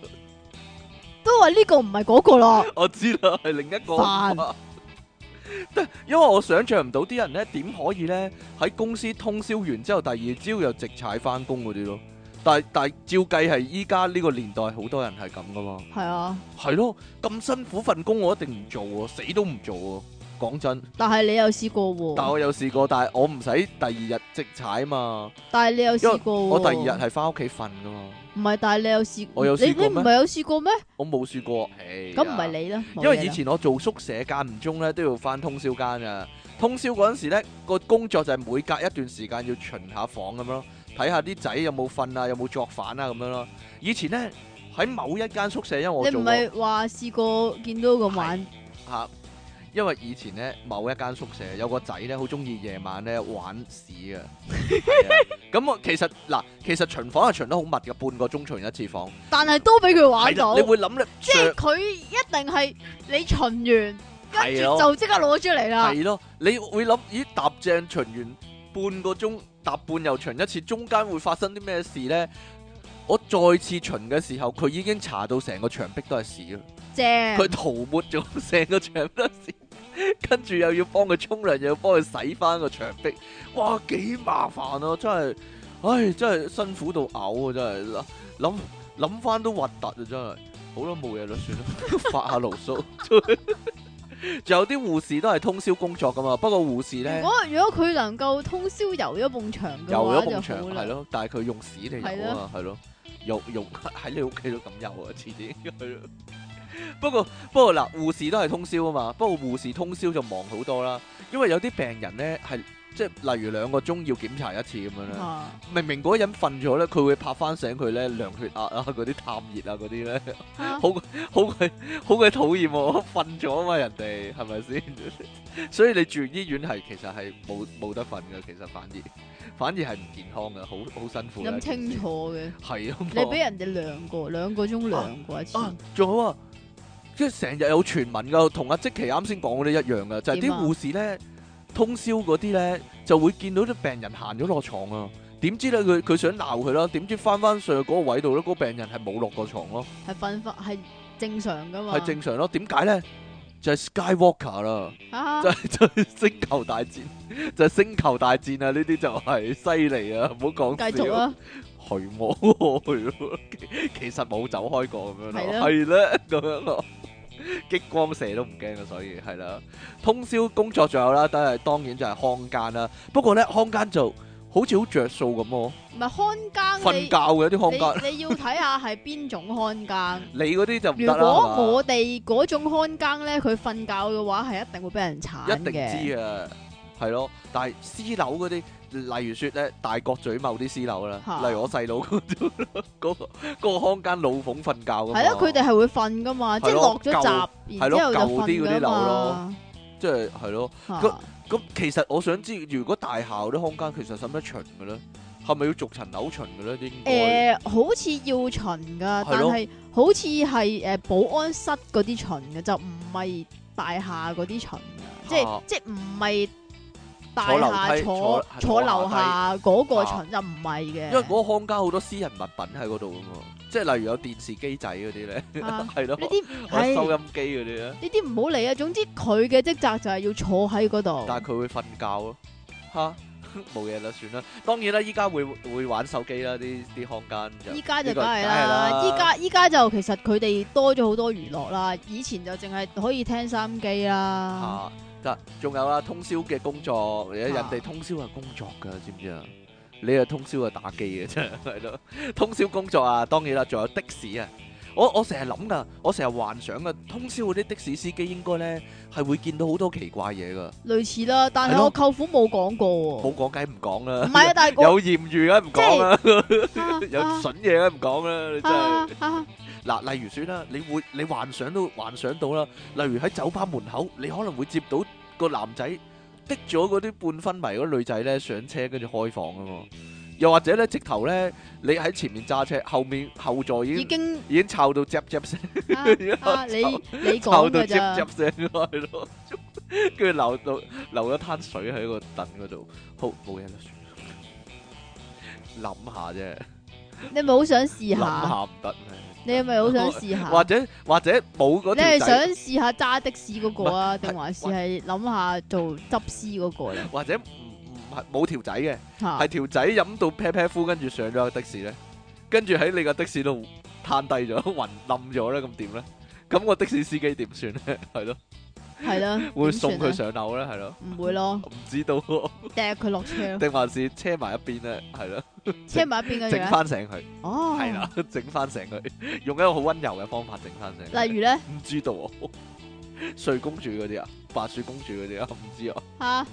都話呢個唔係嗰個咯，我知啦，係另一個 煩。但因為我想象唔到啲人咧點可以咧喺公司通宵完之後，第二朝又直踩翻工嗰啲咯。但係但係照計係依家呢個年代好多人係咁噶嘛。係啊。係咯，咁辛苦份工我一定唔做喎，死都唔做喎。講真，但係你有試過但喎，我有試過，但係我唔使第二日直踩嘛。但係你有試過喎。我第二日係翻屋企瞓噶嘛，唔係，但係你有試，我有你試過你咩唔係有試過咩？我冇試過。唉咁唔係呀你啦，冇因為嘢以啦前我做宿舍間唔中咧都要翻通宵間啊，通宵嗰陣時咧個工作就係每隔一段時間要巡下房咁樣咯，睇下啲仔有冇瞓啊，有冇作反啊咁樣咯。以前咧喺某一間宿舍，因為我你做唔過係話試過見到個晚嚇，因為以前咧某一間宿舍有個仔咧好中意夜晚咧玩屎嘅， 係啊咁我其實嗱其實巡房係巡得好密嘅，半個鐘巡一次房，但係都俾佢玩係啦到你，會諗咧即係佢一定係你巡完，跟係住咯就即刻攞出嚟啦。係咯，你會諗，咦，搭正巡完半個鐘，搭半又巡一次，中間會發生啲咩事呢？我再次巡嘅時候，佢已經查到成個牆壁都係屎啦，正佢塗抹咗成個牆壁都係屎，跟住又要幫佢沖涼，又要幫佢洗翻個牆壁，哇，幾麻煩啊！真係，唉，真係辛苦到嘔啊！真係諗諗翻都核突啊！真係，好啦，冇嘢啦，算 啦，發下牢騷。 仲有啲護士都係通宵工作噶嘛，不過護士如咧果如果佢能夠通宵游一埲牆嘅游咗話埲就好牆係啦。咯，但係佢用屎嚟游啊，係咯，游游 喺你屋企都咁游啊，遲啲 係咯。不過不過嗱，護士都係通宵啊嘛，不過護士通宵就忙好多啦，因為有啲病人咧係即係例如兩個鐘要檢查一次咁樣咧。啊明明嗰個人瞓咗咧，佢會拍翻醒佢咧，量血壓啊，嗰啲探熱啊，嗰啲咧，啊好好鬼好鬼討厭喎，瞓咗啊嘛，人哋係咪先？ 所以你住醫院係其實係冇冇得瞓嘅，其實反而反而係唔健康嘅，好好辛苦嘅諗一件事。清楚嘅，係啊，你俾人哋量過兩個鐘量過一次，啊，仲好啊，即係成日有傳聞噶，同阿積淇啱先講嗰啲一樣噶，就係啲點啊護士咧通宵嗰啲咧就會見到啲病人行咗落床啊，點知咧佢佢想鬧佢啦，點知翻翻上去嗰個位度咧，嗰、個病人係冇落過床咯，係瞓法係正常噶嘛？係正常咯，點解咧？就係、Skywalker 啦。啊就係就係星球大戰， 就係星球大戰啊！呢啲就係犀利啊！唔好講繼笑，續啊，係冇，係咯，其其實冇走開過咁樣咯，係咯係啦，咁樣咯，激光射都唔驚啊！所以係啦，通宵工作仲有啦，但係當然就係看更啦。不過咧，看更就好似好着數咁喎，唔係看瞓更啊你覺嘅啲看更，你你要睇下係邊種看更。你嗰啲 就唔如得啦，係嘛果我哋嗰種看更咧，佢瞓覺嘅話係一定會俾人鏟一定嘅。知啊，係咯。但係私樓嗰啲，例如説咧，大角咀某啲私樓啦，嚇例如我細佬嗰度啦嗰個嗰個看更老馮瞓覺咁。係咯，佢哋係會瞓噶嘛，即係係咯落咗舊閘，係然咯之後就舊啲嗰啲瞓樓噶咯嘛。即係係咯。嚇咁咁其實我想知，如果大廈嗰啲看更其實使唔使巡嘅咧？係咪要逐層樓巡嘅咧？應該诶、好似要巡噶，係但咯係好似係诶保安室嗰啲巡嘅，就唔係大廈嗰啲巡嘅，即係啊即系唔係大坐樓廈梯坐坐坐坐樓樓下嗰個啊巡就唔係嘅，因為嗰個康家好多私人物品喺嗰度噶嘛，即係例如有電視機仔嗰啲咧，啊係咯呢，啲或者收係音機嗰啲咧，呢啲唔好理啊。總之佢嘅職責就係要坐喺嗰度，但係佢會瞓覺咯，吓 冇嘢啦，算啦。當然啦，依家會會玩手機啦，啲啲康間就依家就呢個梗係梗係啦，啦依家依家就其實佢哋多咗好多娛樂啦，以前就淨係可以聽收音機啊啦，吓，嗱，仲有啦，通宵嘅工作，而家人啊哋通宵係工作噶，知唔知啊？你啊通宵係打機嘅啫，係咯， 通宵工作啊，當然啦，仲有的士啊。我我成日諗噶，我成日幻想噶，通宵嗰啲的士司機應該咧係會見到好多奇怪嘢噶，類似啦。但係係咯我舅父冇講過喎，冇講梗係唔講唔啦，係啊，但係嗰 有豔遇梗係唔講啦，啊 有啊筍嘢梗係唔講啦，你真係啊啊嗱，例如説啦，你會你幻想到幻想到啦，例如喺酒吧門口，你可能會接到個男仔逼咗嗰啲半昏迷嗰個女仔咧上車，跟住開房啊嘛。又或者咧，直頭咧，你喺前面揸車，後面後座已已經經已經摷到 zap zap 聲， 啊已經啊，你你摷講到嘅 zap 咋 zap 聲係咯， 跟住流到流咗灘水喺個凳嗰度，好冇嘢啦，算啦諗下啫，你咪好想試諗下？下唔得咩？你係咪好想試下？或者或者冇嗰條你係仔想試下揸的士嗰個啊，定係還是係諗下做執屍嗰 個咧？或者唔唔係冇條仔嘅，嚇係條仔飲到啤啤呼，跟住上咗個的士咧，跟住喺你個的士度攤低咗，暈冧咗咧，咁點咧？咁個的士司機點算咧？ 係啊咯，係啦，會點送算佢啊？上樓咧？係咯，唔 會咯，唔知道 喎掟佢落車咯，定還是車埋一邊咧？係咯，車埋一邊嘅整嘢。翻醒佢，啊哦，係啦， 整翻醒佢，用一個好温柔嘅方法整翻醒佢。例如咧唔知道喎， 睡公主嗰啲啊，白雪公主嗰啲啊，唔知啊。嚇，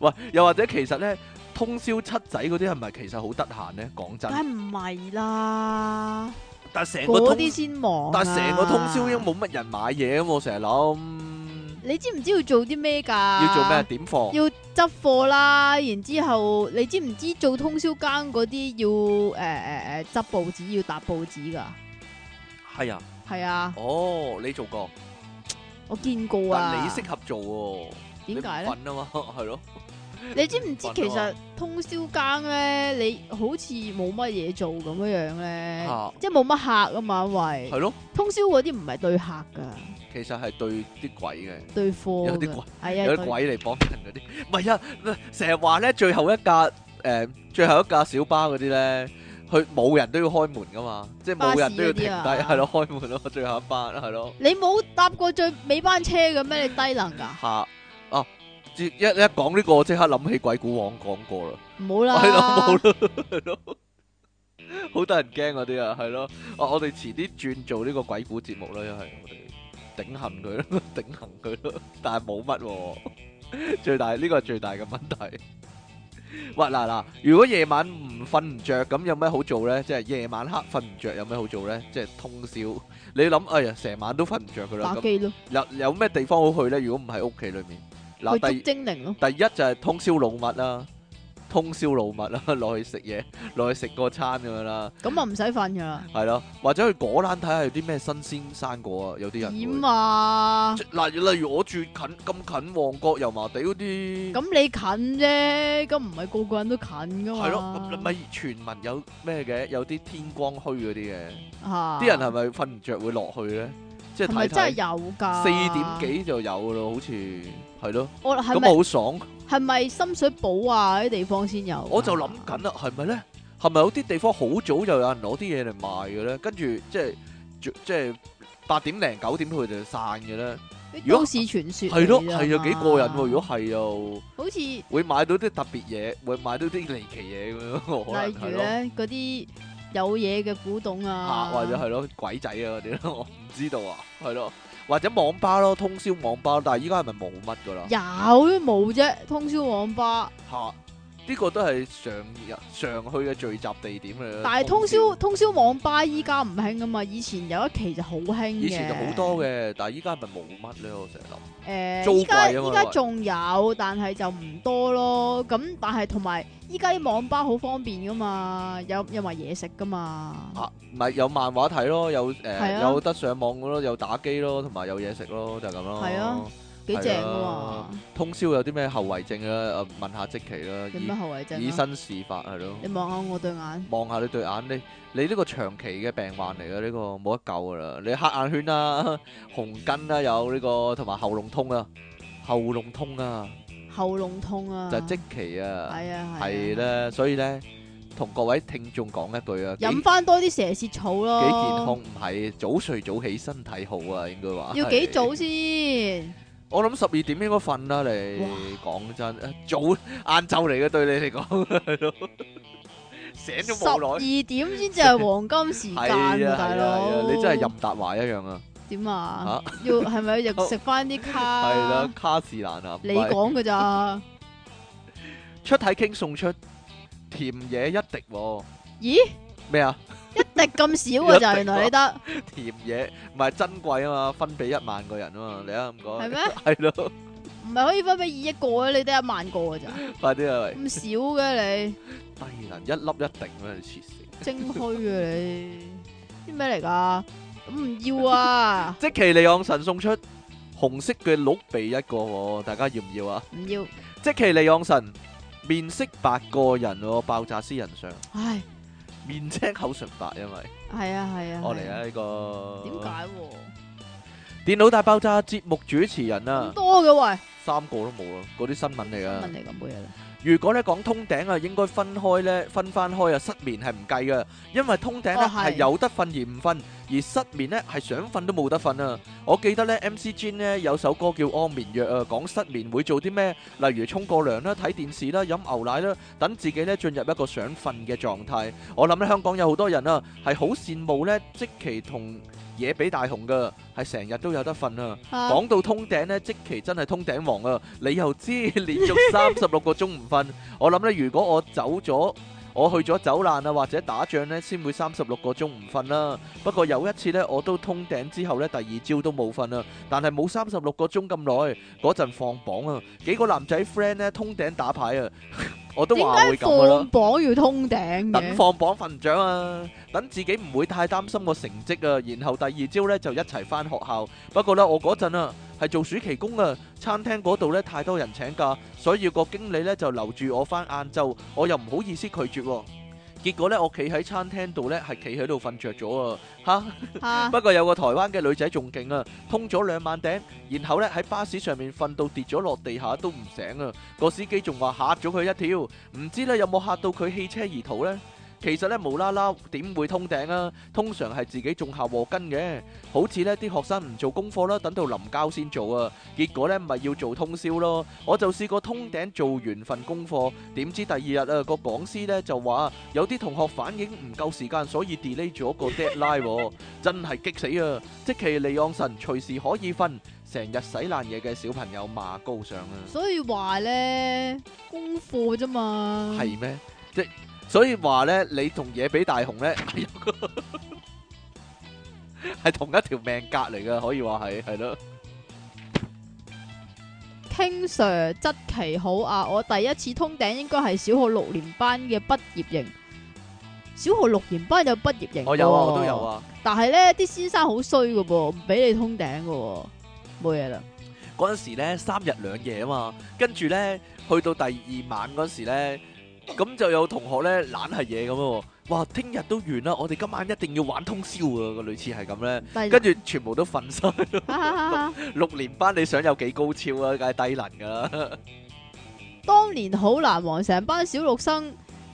喂，又或者其實咧，通宵七仔嗰啲係咪其實好得閒咧？講真梗。係唔係啦，但成個嗰通啲，先忙。啊但成個通宵已經，冇乜人買嘢咁，我成日諗你知唔知要做啲咩㗎？要做咩？點貨？要執貨啦，然之後你知唔知做通宵更嗰啲要誒誒誒執報紙，要搭報紙㗎？係啊，係啊，哦，你做過，我見過但啊你。適合做喎，點解你咧唔？瞓啊嘛， 係咯， 你知唔知瞓啊其實通宵更咧，你好似冇乜嘢做咁樣樣咧，嚇即係冇乜客啊嘛，因為係咯，通宵嗰啲唔係對客㗎，其實係對啲鬼嘅，對貨有啲㗎鬼係啊，有啲鬼嚟幫人嗰啲，唔係啊，成日話咧最後一架誒最後一架小巴嗰啲咧。佢冇人都要開門噶嘛，即係冇人都要停低，巴士嗰啲啊係咯開門咯，最後一班係咯。你冇搭過最尾班車嘅咩？你低能㗎？下啊！一一講呢個，我即刻諗起鬼古王講過啦，唔好係咯，，啦冇 啦，係咯，好得人驚嗰啲啊，係咯。啊，我哋遲啲轉做呢個鬼古節目啦，因為我哋頂行佢 啦，頂行佢咯，但係冇乜 喎。最大呢個係最大嘅問題。喂，嗱嗱，如果夜晚唔瞓唔着，咁有咩好做咧？即係夜晚黑瞓唔着，有咩好做咧？即係通宵，你諗，哎呀，成晚都瞓唔着噶啦，打咁機咯，有有咩地方好去咧？如果唔喺屋企裏面，去捉嗱第精靈咯。第一就係通宵老麥啦，通宵老麥啦， 落去食嘢，落去食個餐咁樣啦，咁啊唔使瞓噶啦，係咯，或者去果欄睇下有啲咩新鮮生果啊，有啲人會點啊？即嗱，例如我住近咁近旺角油麻地嗰啲，咁你近啫，咁唔係個個人都近噶嘛？係咯，咁咪全民有咩嘅？有啲天光墟嗰啲嘅，嚇啲人係咪瞓唔着會落去咧？即係啊係咪睇真睇係有啊㗎？四點幾就有噶咯，好似係咯，我係咁咪好爽。係咪深水埗啊啲地方先有㗎？我就諗緊啦，係咪咧？係咪有啲地方好早就有人攞啲嘢嚟賣嘅咧？跟住即係即係八點零九點佢哋就散嘅咧。啲如果都市傳說係咯，嚟㗎係啊，嘛幾過癮喎！如果係又好似例會買到啲特別嘢，會買到啲離奇嘢咁樣， 可能如係咯咧嗰啲有嘢嘅古董嚇，啊，或者係咯鬼仔啊嗰啲咯，我 唔知道啊，係咯，或者網吧咯，通宵網吧，但係依家係咪冇乜噶啦？有都冇啫，通宵網吧。嚇，呢個都係常日常去嘅聚集地點嚟啦。但係通宵通宵網吧依家唔興啊嘛，以前有一期就好興嘅以前就好多嘅，但係依家係咪冇乜咧？我成日諗。誒，租依家貴啊嘛依家仲有，但係就唔多咯。咁但係同埋依家啲網吧好方便噶嘛，有有埋嘢食噶嘛。啊，唔係有漫畫睇咯，有誒、呃係啊有得上網嘅咯，有打機咯，同埋有嘢食咯，就係咁咯。係啊，幾正噶嘛！通宵有啲咩後遺症啊？呃問下即奇啦，有咩後遺以以症啊？身試法係咯。你望下我對眼，望下你對眼，你你呢個長期嘅病患嚟嘅，呢個冇得救噶啦。你黑眼圈啦、 紅筋啦，有呢個同埋喉嚨痛啊，喉嚨痛啊，喉嚨痛啊！就係即奇啊，係啊係係啊，啦，所以咧，同各位聽眾講一句啊，幾飲翻多啲蛇舌草幾咯。健康唔係早睡早起身體好啊，應該話要幾早先？我諗十二點應該瞓啦，你哇講真，呃早晏晝嚟嘅對你嚟講係咯，醒咗十冇二耐，點先至係黃金時間係啊喎，大係啊係佬啊，。你真係任達華一樣啊，點啊？要係咪要食翻啲卡？係啦，，卡士蘭啊，唔你係講 㗎咋？出體傾送出甜嘢一滴喎，咦？咩啊？ 一滴咁少啊，就一滴原來 你得甜嘢唔係珍貴啊嘛，分俾一萬個人啊嘛，你啊唔係該，咩？係咯，唔係可以分俾二億個嘅，你得一萬個嘅咋？快啲啊喂，咁少嘅你，低能一粒一滴咩？你黐線！精虛嘅你，啲咩嚟㗎？咁唔要啊，即其利昂神送出紅色嘅鹿鼻一個喎，大家要唔要啊？唔要。即其利昂神面色白個人喎，爆炸私人相，唉，面青口唇白，因為係啊係啊。我係嚟啊！呢個點解喎？解？電腦大爆炸節目主持人咁啊，多嘅喂，三個都冇啊，嗰啲新聞嚟問噶。你咁冇嘢啦。如果咧講通頂啊，應該分開咧，分翻開啊，失眠係唔計噶，因為通頂咧哦係係有得瞓而唔瞓，而失眠咧係想瞓都冇得瞓啊！我記得咧 MC Jin 咧有首歌叫安眠藥啊，講失眠會做啲咩，例如沖個涼啦、睇電視啦、飲牛奶啦，等自己咧進入一個想瞓嘅狀態。我諗咧香港有好多人啊，係好羨慕咧即期同野比大雄噶，係成日都有得瞓啊！啊講到通頂呢，即期真係通頂王啊！你又知 連續三十六個鐘唔瞓，我諗呢，如果我走咗，我去咗走難啊，或者打仗呢，先會三十六個鐘唔瞓啦。不過有一次呢，我都通頂之後呢，第二朝都冇瞓啊，但係冇三十六個鐘咁耐。嗰陣放榜啊，幾個男仔 friend 呢，通頂打牌啊， 我都點話解會咁噶啦放。榜要通頂等嘅？放榜瞓唔着啊，等自己唔會太擔心個成績啊，然後第二朝呢就一齊翻學校。不過呢，我嗰陣啊係做暑期工啊，餐廳嗰度呢太多人請假，所以個經理呢就留住我翻晏晝，我又唔好意思拒絕喎、結果呢，我企喺餐廳度呢係企喺度瞓着咗啊，嚇！嚇不過有個台灣嘅女仔仲勁啊，通咗兩晚頂，然後呢喺巴士上面瞓到跌咗落地下都唔醒啊！個司機仲話嚇咗佢一跳，唔知呢有冇嚇到佢棄車而逃呢？其實呢無啦啦點會通頂啊？通常係自己種下禍根嘅，好似呢啲學生唔做功課啦，等到臨交先做啊，結果呢咪要做通宵咯。我就試過通頂做完份功課，點知第二日啊個講師呢就話有啲同學反應唔夠時間，所以 delay 咗個 deadline 喎。真係激死啊！即其利昂神隨時可以瞓，成日洗爛嘢嘅小朋友馬高上啊，所以話咧，功課啫嘛。係咩？即所以話咧，你同野比大雄咧 係有個係同一條命格嚟嘅，可以話係係咯。 King Sir 質奇好啊！我第一次通頂應該係小學六年班嘅畢業營。小學六年班有畢業營，我有啊，我都有。啊。但係咧，啲先生好衰噶噃，唔俾你通頂噶喎，冇嘢啦。嗰陣時咧三日兩夜啊嘛，跟住咧去到第二晚嗰陣時咧，咁就有同學咧懶係嘢咁喎，哇！聽日都完啦，我哋今晚一定要玩通宵啊，個類似係咁咧，但跟係， 住全部都瞓晒。 哈哈哈哈六年班你想有幾高超啊？梗係低能噶 啦，當年好難忘，成班小六生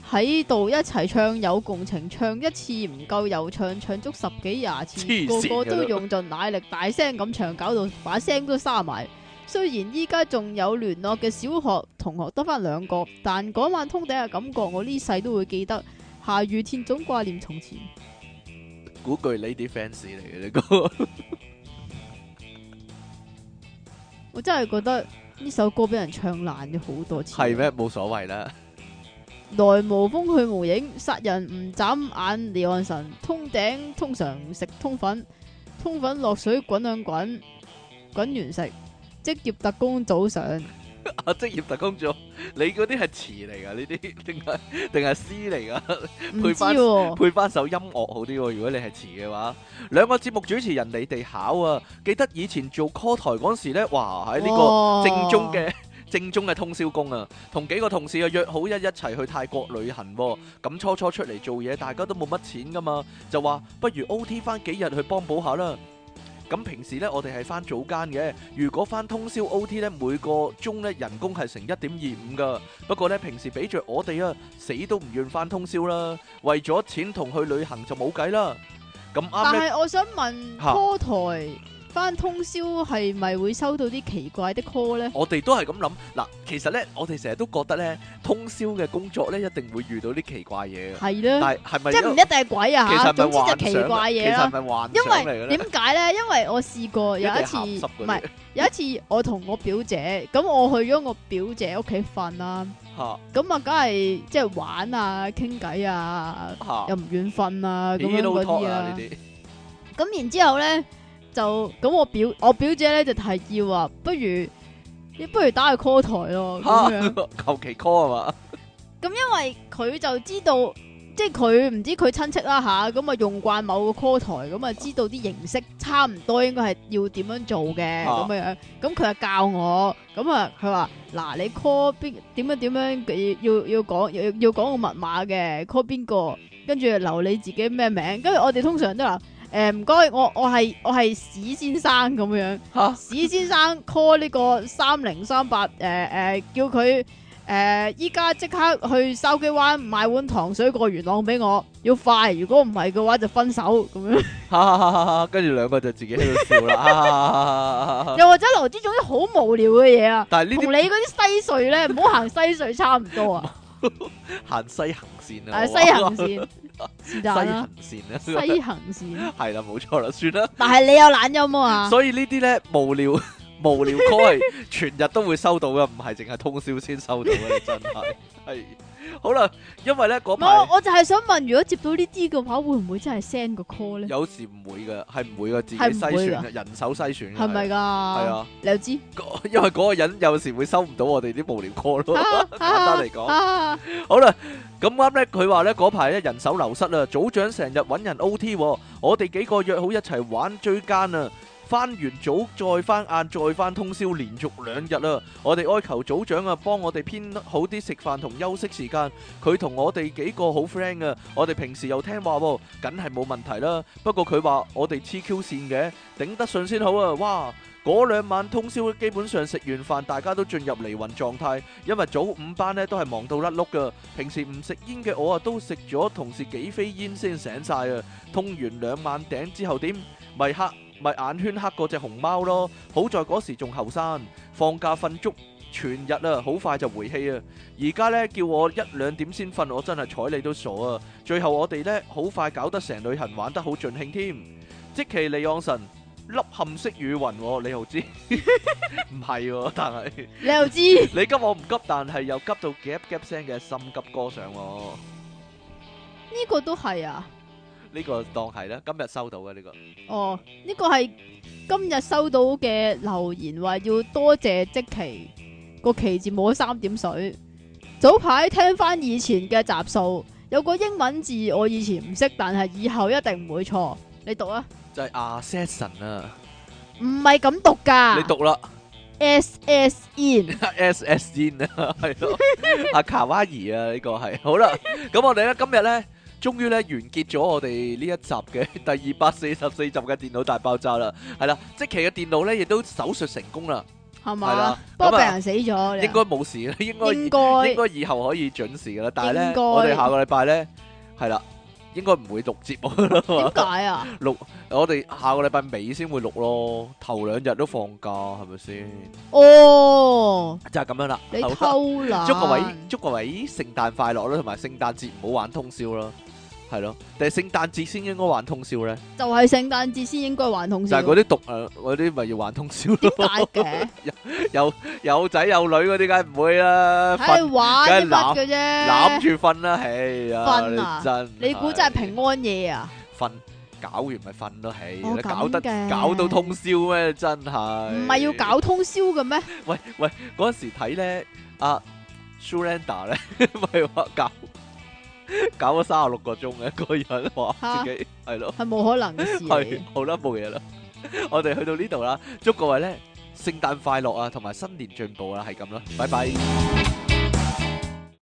喺度一齊唱有共情，唱一次唔夠又唱，唱足十幾廿次黐，個線個㗎都啦用盡奶力，大聲咁唱，搞到把聲都沙埋。雖然依家仲有聯絡嘅小學同學得翻兩個，但嗰晚通頂嘅感覺，我呢世都會記得。下雨天總掛念從前，估句你啲 fans 嚟嘅呢個，我真係覺得呢首歌俾人唱爛咗好多次。係咩？冇所謂啦，來無風去無影，殺人唔眨眼離岸神，通頂通常食通粉，通粉落水滾兩滾，滾完食。職業特工早上，啊，職業特工組，你嗰啲係詞嚟噶，呢啲定係定係詩嚟噶？唔配知返 喎、配翻首音樂好啲喎，如果你係詞嘅話，兩個節目主持人你哋考啊！記得以前做 call 台嗰時咧，哇喺呢個正個宗嘅正宗嘅通宵工啊，同幾個同事啊約好一一齊去泰國旅行喎、咁初初出嚟做嘢，大家都冇乜錢噶嘛，就話不如 OT 翻幾日去幫補下啦。咁平時呢，我哋係翻早間嘅。如果翻通宵 OT 呢，每個鐘呢人工係成一點二五噶。不過呢，平時俾着我哋啊，死都唔願翻通宵啦。為咗錢同去旅行就冇計啦。咁啱但呢，係我想問嚇 call 台翻通宵係咪會收到啲奇怪的 call 咧？我哋都係咁諗。嗱，其實呢，我哋成日都覺得呢，通宵嘅工作呢，一定會遇到啲奇怪嘢嘅。係咧，但係係咪即係唔因一定係鬼啊其實係吓，咪總之就幻奇想呢怪其嘢實係啦。咪幻因想嚟嘅為咧？點解咧？因為我試過有一次，一定係鹹濕嗰啲唔係有一次我同我表姐，咁我去咗我表姐屋企瞓啦，嚇咁啊梗係即係玩啊、傾偈啊，嚇又唔願瞓啊咁樣 Pillow talk 嗰啲啊呢。啊啲咁然之後咧，就咁我表我表姐咧就提議話，不如你不如打去 call 台咯咁樣，嚇求其 call 係嘛？因為佢就知道。即係佢唔知佢親戚啦吓，咁啊用慣某個 call 台，咁啊知道啲形式差唔多應該係要點樣做嘅啊咁樣樣，咁佢就教我，咁啊佢話嗱你 call 邊點樣點樣要要要講要要講個密碼嘅 call 邊個，跟住留你自己咩名，跟住我哋通常都話誒唔該我我係我係史先生咁樣。嚇史先生 call 呢個三零三八，誒誒，叫佢誒依家即刻去筲箕灣買碗糖水過元朗俾我，要快，如果唔係嘅話就分手咁樣。哈哈哈哈！跟住兩個就自己喺度 笑啦哈哈哈哈哈哈。又或者羅之總之好無聊嘅嘢啊，但係呢同啲你嗰啲西隧咧，唔好行西隧差唔多 啊，行西行線啊，誒我西話 行線是但啦，西行線啊，西行線， 係啦，冇錯啦，算啦。但係你有懶音啊嘛，所以呢啲咧無聊 無聊 call 係 全日都會收到嘅，唔係淨係通宵先收到 嘅，真係係好啦。因為咧嗰唔係排我我就係想問，如果接到呢啲嘅話，會唔會真係 send 個 call 咧？有時唔會嘅，係唔會嘅，自己係唔篩選會㗎嘅，人手篩選嘅，係咪㗎？係係啊。你又知？嗰因為嗰個人有時會收唔到我哋啲無聊 call 咯。簡單嚟講講。好啦，咁啱咧，佢話咧嗰排咧人手流失啦，組長成日揾人 OT，喎我哋幾個約好一齊玩追奸啊！翻完早再翻晏再翻通宵，連續兩日啦！我哋哀求組長啊，幫我哋編好啲食飯同休息時間。佢同我哋幾個好 friend 啊，我哋平時又聽話喎，梗係冇問題啦。不過佢話我哋黐 Q 線嘅，頂得順先好啊！哇，嗰兩晚通宵基本上食完飯大家都進入離魂狀態，因為早午班呢都係忙到甩碌噶。平時唔食煙嘅我啊，都食咗同事幾飛煙先醒晒啊！通完兩晚頂之後點？咪黑咪眼圈黑嗰只熊貓咯。好在嗰時仲後生，放假瞓足全日啊，好快就回氣啊！而家呢，叫我一兩點先瞓，我真係睬你都傻啊！最後我哋呢，好快搞得成旅行，玩得好盡興添。即其利昂神凹陷式雨雲喎、你又知 唔係喎？但係你又知？你急我唔急，但係又急到夾夾聲嘅心急歌上喎、呢個都係啊，呢個當係啦，今日收到嘅呢個哦，呢個係今日收到嘅留言，話要多謝即期個期字冇咗三點水。早排聽翻以前嘅集數，有個英文字我以前唔識，但係以後一定唔會錯。你讀啊，就係 assassin 啊，唔係咁讀噶，你讀啦 S S N， ，S S N 啊，係 咯，阿卡哇伊啊，呢個係好啦，咁我哋咧今日咧。終於咧完結咗我哋呢一集嘅 第二百四十四集嘅電腦大爆炸啦，係啦，即期嘅電腦咧亦都手術成功啦，係係嘛啦？不過咁啊病人死咗，你應該冇事啦， 應該應該應該以後可以準時噶啦，但係應咧，該我哋下個禮拜咧係啦，應該唔會錄節目啦點。 解啊？我哋下個禮拜尾先會錄咯，頭兩日都放假，係咪先？哦，就係咁樣啦。你好啦偷懶，祝各位祝各位聖誕快樂啦，同埋聖誕節唔好玩通宵啦，系咯，定系圣诞节先应该玩通宵咧？就係聖誕節先應該還通就宵。系嗰啲毒诶，嗰啲咪要玩通宵點咯。解嘅？ 有仔有女嗰啲梗系唔会啦，喺瞓度玩啲乜嘅揽啫？住瞓啦，唉瞓啊呀，真係你估真係平安夜啊？瞓，搞完咪瞓咯，唉，哦你搞得咁嘅搞到通宵咩？真系唔唔係要搞通宵嘅咩？喂喂，嗰陣時睇咧，阿 Surrender 咧， 咪話搞搞咗三十六個鐘嘅，個人話嚇自己係咯，係冇可能嘅事嚟係。好啦，冇嘢啦，我哋去到呢啊度啦，祝各位咧聖誕快樂啊，同埋新年進步啦，係咁啦，拜拜。